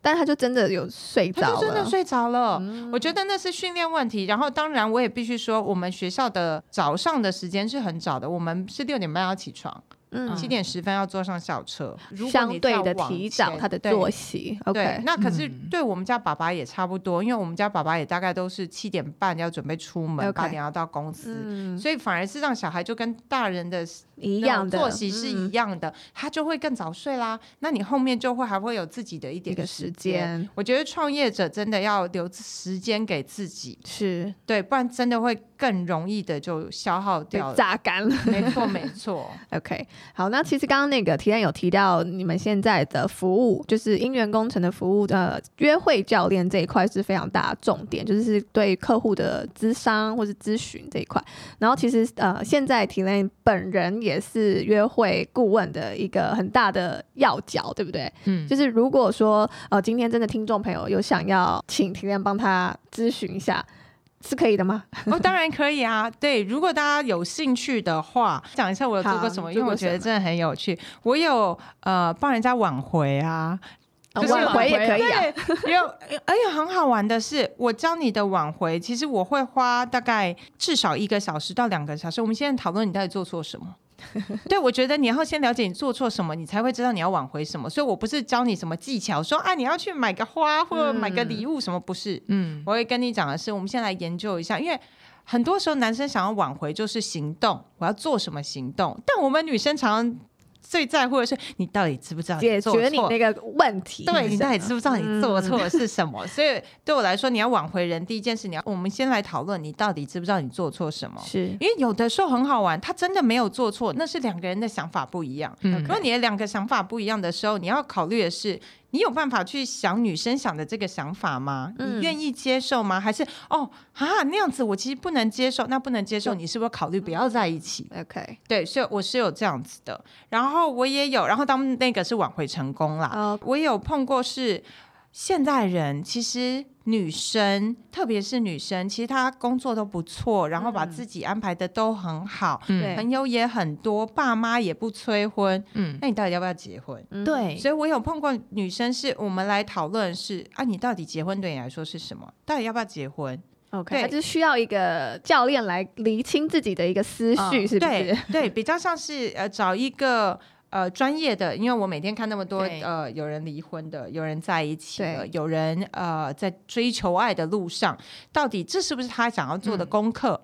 S3: 但他就真的有睡
S4: 他
S3: 着
S4: 就真的
S3: 了，嗯
S4: 睡着了。我觉得那是训练问题。然后当然我也必须说，我们学校的早上的时间是很早的，我们是六点半要起床，
S3: 嗯
S4: 七点十分要坐上校车，如果
S3: 相
S4: 你
S3: 对
S4: 再
S3: 的
S4: 往
S3: 提早
S4: 前
S3: 他的
S4: 对
S3: 作息。
S4: 对
S3: OK，，
S4: 那可是
S1: 嗯
S4: 对我们家爸爸也差不多，因为我们家爸爸也大概都是七点半要准备出门，
S3: OK
S4: 八点要到公司。
S3: 嗯，
S4: 所以反而是让小孩就跟大人的
S3: 一
S4: 那
S3: 样
S4: 种
S3: 的
S4: 作息是一
S3: 嗯
S4: 样的，他就会更早睡啦。那你后面就会还会有自己的一
S3: 一
S4: 点
S3: 个时。间
S4: 我觉得创业者真的要留时间给自己，
S3: 是
S4: 对，不然真的会更容易的就消耗
S3: 被
S4: 掉了。
S3: 榨干了。
S4: 没错，没错，
S3: OK，好，那其实刚刚那个提案有提到你们现在的服务，就是姻缘工程的服务的约会教练这一块是非常大的重点，就是对客户的咨商或是咨询这一块。然后其实呃，现在提炼本人也是约会顾问的一个很大的要角，对不对？
S1: 嗯，
S3: 就是如果说呃，今天真的听众朋友有想要请婷亮帮他咨询一下，是可以的吗？
S4: 哦，当然可以啊。对，如果大家有兴趣的话，讲一下我有做
S3: 好
S4: 过什么，
S3: 你
S4: 因
S3: 做
S4: 为
S3: 过
S4: 我觉得
S3: 什么
S4: 真的很有趣。我有呃帮人家挽回啊。 *laughs* 就是
S3: 挽回也可以啊。
S4: 对，有而且很好玩的是，我教你的挽回，其实我会花大概至少一个小时到两个小时。我们现在讨论你到底做错什么。对，我觉得你要先了解你做错什么，你才会知道你要挽回什么。所以我不是教你什么技巧，说啊你要去买个花或者买个礼物什么，不是。
S1: 嗯
S4: *laughs* 我会跟你讲的是，我们先来研究一下，因为很多时候男生想要挽回就是行动，我要做什么行动，但我们女生常常最在乎的是你到底知不知道
S3: 解
S4: 做
S3: 决你
S4: 错
S3: 那个问题，
S4: 对，你到底知不知道你做
S3: 嗯 *laughs*
S4: 错的是什么？所以对我来说，你要挽回人，第一件事，你要我们先来讨论你到底知不知道你做错什么。
S3: 是
S4: 因为有的时候很好玩，他真的没有做错，那是两个人的想法不一样。
S1: 嗯
S4: 如果你的两个想法不一样的时候，你要考虑的是，你有办法去想女生想的这个想法吗？
S3: 嗯
S4: 你愿意接受吗？还是哦啊那样子我其实不能接受，那不能接受，你是不是考虑不要在一起？
S3: OK
S4: 对，所以我是有这样子的，然后我也有，然后当那个是挽回成功啦，
S3: 哦
S4: 我也有碰过是现代人，其实女生，特别是女生，其实她工作都不错，然后把自己安排的都很好，
S3: 对
S4: 朋友也很多，爸妈也不催婚，
S1: 嗯，
S4: 那你到底要不要结婚？
S3: 嗯
S1: 对，
S4: 所以我有碰过女生是，我们来讨论是啊，你到底结婚对你来说是什么？到底要不要结婚？
S3: OK，
S4: 对
S3: 他就是需要一个教练来厘清自己的一个思绪，是不是
S4: 嗯
S3: *laughs*
S4: 对？对，比较像是呃找一个呃专业的，因为我每天看那么多
S1: 对
S4: 呃有人离婚的，有人在一起的，
S3: 对
S4: 有人呃在追求爱的路上，到底这是不是他想要做的
S1: 嗯
S4: 功课？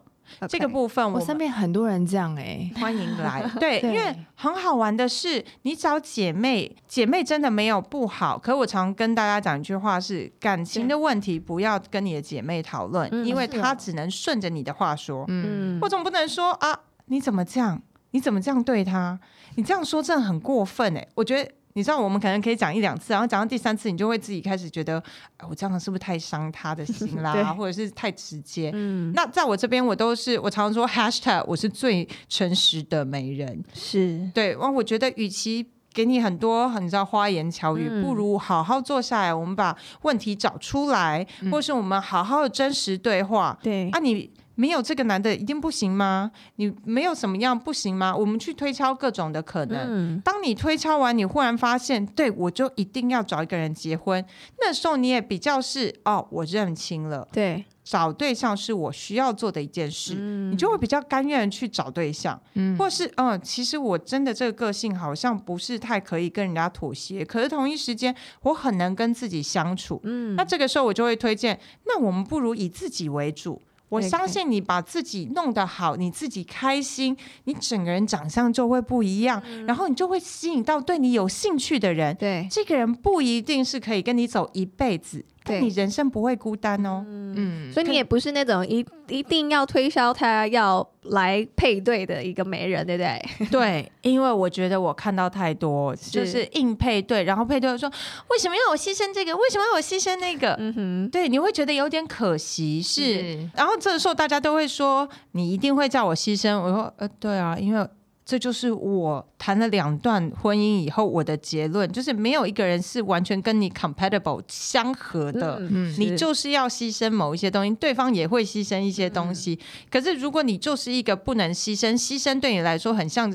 S4: 这个
S3: OK，
S4: 部分我
S1: 我
S4: 们
S1: 身边很多人这样哎，
S4: 欢迎来，对，
S1: 对
S4: 因为很好玩的是，你找姐妹，姐妹真的没有不好。可我常跟大家讲一句话是，感情的问题不要跟你的姐妹讨论，
S3: 嗯
S4: 因为
S1: 是哦
S4: 她只能顺着你的话说。
S1: 嗯，
S3: 嗯
S4: 我总不能说啊，你怎么这样？你怎么这样对他？你这样说真的很过分哎、我觉得。你知道我们可能可以讲一两次，然后讲到第三次，你就会自己开始觉得，啊我这样是不是太伤他的心
S3: *laughs* 对
S4: 啦，或者是太直接？
S3: 嗯
S4: 那在我这边，我都是我常说 hashtag 我是最诚实的媒人。
S3: 是
S4: 对，哇，我觉得与其给你很多很你知道花言巧语，
S3: 嗯
S4: 不如好好坐下来，我们把问题找出来，
S1: 嗯
S4: 或是我们好好的真实对话。
S3: 对
S4: 啊，你没有这个男的一定不行吗？你没有什么样不行吗？我们去推敲各种的可能。
S3: 嗯
S4: 当你推敲完，你忽然发现，对我就一定要找一个人结婚。那时候你也比较是哦，我认清了，
S3: 对，
S4: 找对象是我需要做的一件事，
S3: 嗯
S4: 你就会比较甘愿去找对象，
S1: 嗯
S4: 或是嗯，其实我真的这个个性好像不是太可以跟人家妥协，可是同一时间我很能跟自己相处。
S3: 嗯
S4: 那这个时候我就会推荐，那我们不如以自己为主。我
S3: 对
S4: 相
S3: 可以
S4: 信你把自己弄得好，你自己开心，你整个人长相就会不一样，
S3: 嗯
S4: 然后你就会吸引到对你有兴趣的人。
S3: 对
S4: 这个人不一定是可以跟你走一辈子，但
S3: 对
S4: 你人生不会孤单哦。
S1: 嗯，
S3: 所以你也不是那种一一定要推销他要来配对的一个媒人，对不对？
S4: *laughs* 对，因为我觉得我看到太多，就是硬配对，然后配对说为什么要我牺牲这个，为什么要我牺牲那个？
S3: 嗯哼，
S4: 对，你会觉得有点可惜，是。
S1: 是
S4: 然后这时候大家都会说你一定会叫我牺牲，我说呃对啊，因为这就是我谈了两段婚姻以后我的结论，就是没有一个人是完全跟你 compatible 相合的。
S1: 嗯
S4: 你就是要牺牲某一些东西，对方也会牺牲一些东西。可是如果你就是一个不能牺牲，牺牲对你来说很像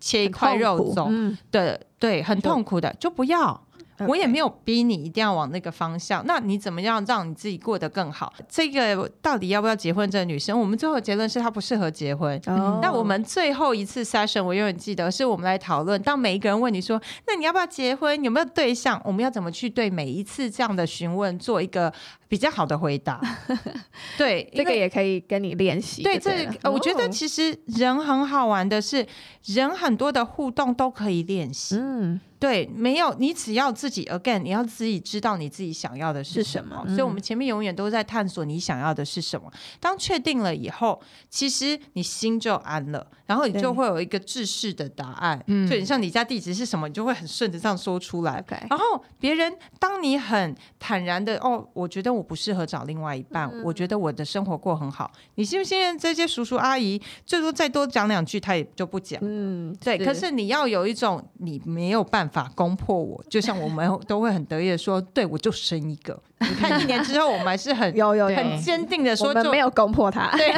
S4: 切一块肉
S3: 走，
S4: 粽
S3: 嗯
S4: 的，对，很痛苦的，就不要。我也没有逼你一定要往那个方向，那你怎么样让你自己过得更好？这个到底要不要结婚？这个女生，我们最后的结论是她不适合结婚。
S3: 哦
S4: 那我们最后一次 session，我永远记得是我们来讨论，当每一个人问你说，那你要不要结婚？有没有对象？我们要怎么去对每一次这样的询问做一个比较好的
S3: *laughs*
S4: 回答？对，
S3: 哦这
S4: 因
S3: 个
S4: 为。
S3: 也可以跟你练习，对
S4: 对，这
S3: 了，
S4: 个呃我觉得
S3: 哦
S4: 其实人很好玩的是，人很多的互动都可以练习。
S3: 嗯
S4: 对，没有，你只要自己 again，你要自己知道你自己想要的
S3: 是
S4: 是什
S3: 什
S4: 么。
S3: 么
S4: 所以，我
S3: 嗯
S4: 们前面永远都在探索你想要的是什么。当确定了以后，其实你心就安了，然后你
S3: 对
S4: 就会有一个制式的答案。
S1: 嗯
S4: 就很像你家地址是什么，你就会很顺着这样说出来。
S3: ，OK，
S4: 然后别人，当你很坦然的哦，我觉得我不适合找另外一半，
S3: 嗯
S4: 我觉得我的生活过很好。你信不信任这些叔叔阿姨，最多再多讲两句，他也就不讲。
S3: 嗯，
S4: 对，可
S3: 是
S4: 是你要有一种你没有办法攻破我。就像我们都会很得意的说，对我就生一
S3: *laughs*
S4: 个。你看一年之后，我们还是很
S3: 有有
S1: 对
S3: 有，
S4: 很坚定的
S3: 我
S4: 说，
S3: 们
S4: 就
S3: 没有攻破它。
S4: *laughs* 对，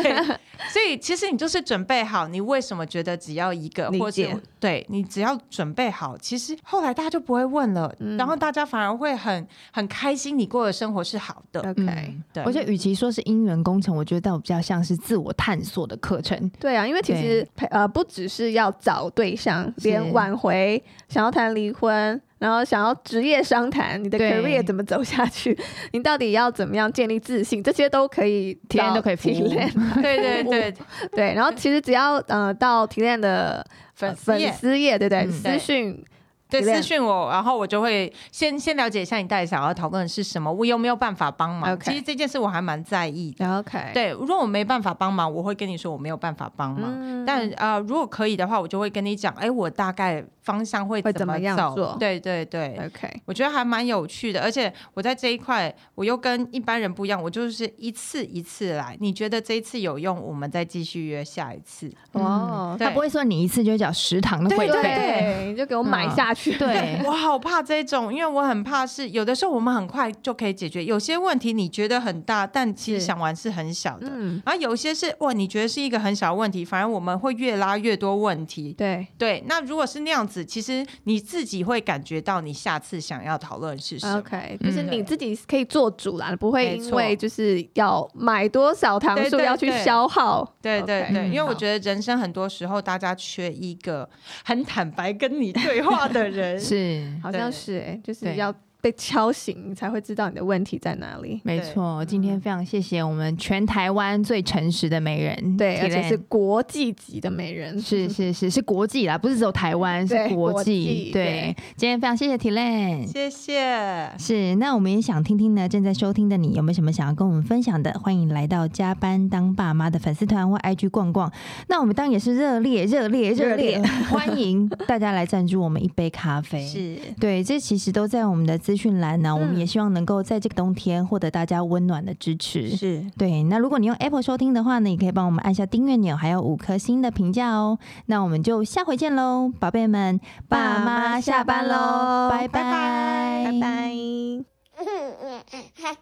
S4: 所以其实你就是准备好，你为什么觉得只要一个，
S3: 理
S4: 或
S3: 解
S4: 者对你只要准备好，其实后来大家就不会问了，
S3: 嗯
S4: 然后大家反而会很很开心，你过的生活是好的。
S3: OK，
S4: 对，
S1: 嗯我觉得，与其说是因缘工程，我觉得倒比较像是自我探索的课程。
S3: 对啊，因为其实陪呃不只是要找对象，
S1: 是
S3: 连挽回、想要谈离婚，然后想要职业商谈，你的
S1: 对
S3: career 怎么走下去， *laughs* 你到底要怎么样建立自信，这些都可以到
S1: 体验都可以服务
S3: 体验
S4: 对对对，
S3: *laughs* 对，然后其实只要呃到体验的呃
S4: 粉丝也
S3: 丝页，对不对？
S1: 嗯
S3: 私
S4: 对
S3: 讯
S4: 对
S3: 体谅
S4: 私讯我，然后我就会先先了解一下你到底想要讨论的是什么，我有没有办法帮忙。
S3: OK
S4: 其实这件事我还蛮在意的。
S3: ，OK，，
S4: 对，如果我没办法帮忙，我会跟你说我没有办法帮忙。
S3: 嗯
S4: 但呃，如果可以的话，我就会跟你讲，哎，我大概方向会
S3: 会
S4: 怎
S3: 怎么样
S4: 走
S3: 做
S4: 对对对，
S3: OK，
S4: 我觉得还蛮有趣的。而且我在这一块，我又跟一般人不一样，我就是一次一次来。你觉得这一次有用，我们再继续约下一次。
S3: 哦，
S4: 对
S1: 他不会说你一次就缴十堂的会
S4: 对
S1: 费，
S3: 对，你就给我买
S1: 嗯
S3: 下去，
S1: 对
S4: 我好怕这种，因为我很怕是有的时候我们很快就可以解决，有些问题你觉得很大，但其实
S3: 是
S4: 想完是很小的。
S3: *laughs* 嗯，
S4: 然后有些是哇，你觉得是一个很小的问题，反而我们会越拉越多问题。
S3: 对
S4: 对，那如果是那样子，其实你自己会感觉到你下次想要讨论是什么。
S3: ，OK，就是
S1: 嗯
S3: 你自己可以做主啦，不会
S4: 没
S3: 因
S4: 错
S3: 为就是要买多少糖
S4: 对
S3: 数
S4: 对
S3: 要去
S4: 对
S3: 消耗，
S4: 对对
S3: OK，
S4: 对，因为
S3: 嗯好
S4: 我觉得人生很多时候大家缺一个很坦白跟你对话的人。
S1: 是
S3: 好像
S4: 对
S3: 是哎，就是
S1: 对
S3: 要被敲醒，你才会知道你的问题在哪里，
S1: 没错。今天非常谢谢我们全台湾最诚实的美人，
S3: 对，
S1: Tilan
S3: 而且是国际级的美人，
S1: 是是是是国际啦，不是只有台湾，是
S3: 对
S1: 国
S3: 国
S1: 际
S3: 际。
S1: 对，今天非常谢谢 Tilan。
S4: 谢谢。
S1: 是，那我们也想听听呢，正在收听的你有没有什么想要跟我们分享的？欢迎来到加班当爸妈的粉丝团或 IG 逛逛。那我们当然也是热烈、热烈、热烈 *laughs* 欢迎大家来赞助我们一杯咖啡。。
S4: 是，
S1: 对，这其实都在我们的资讯栏呢、我们
S3: 嗯
S1: 也希望能够在这个冬天获得大家温暖的支持。
S3: *laughs*
S4: 是，
S1: 对，那如果你用 Apple 收听的话呢，也可以帮我们按下订阅钮，还有五颗星的评价哦。那我们就下回见喽，宝贝们，爸妈下班喽，拜
S4: 拜
S1: 拜
S4: 拜
S3: 拜拜。
S5: 嗯嗯嗯，哈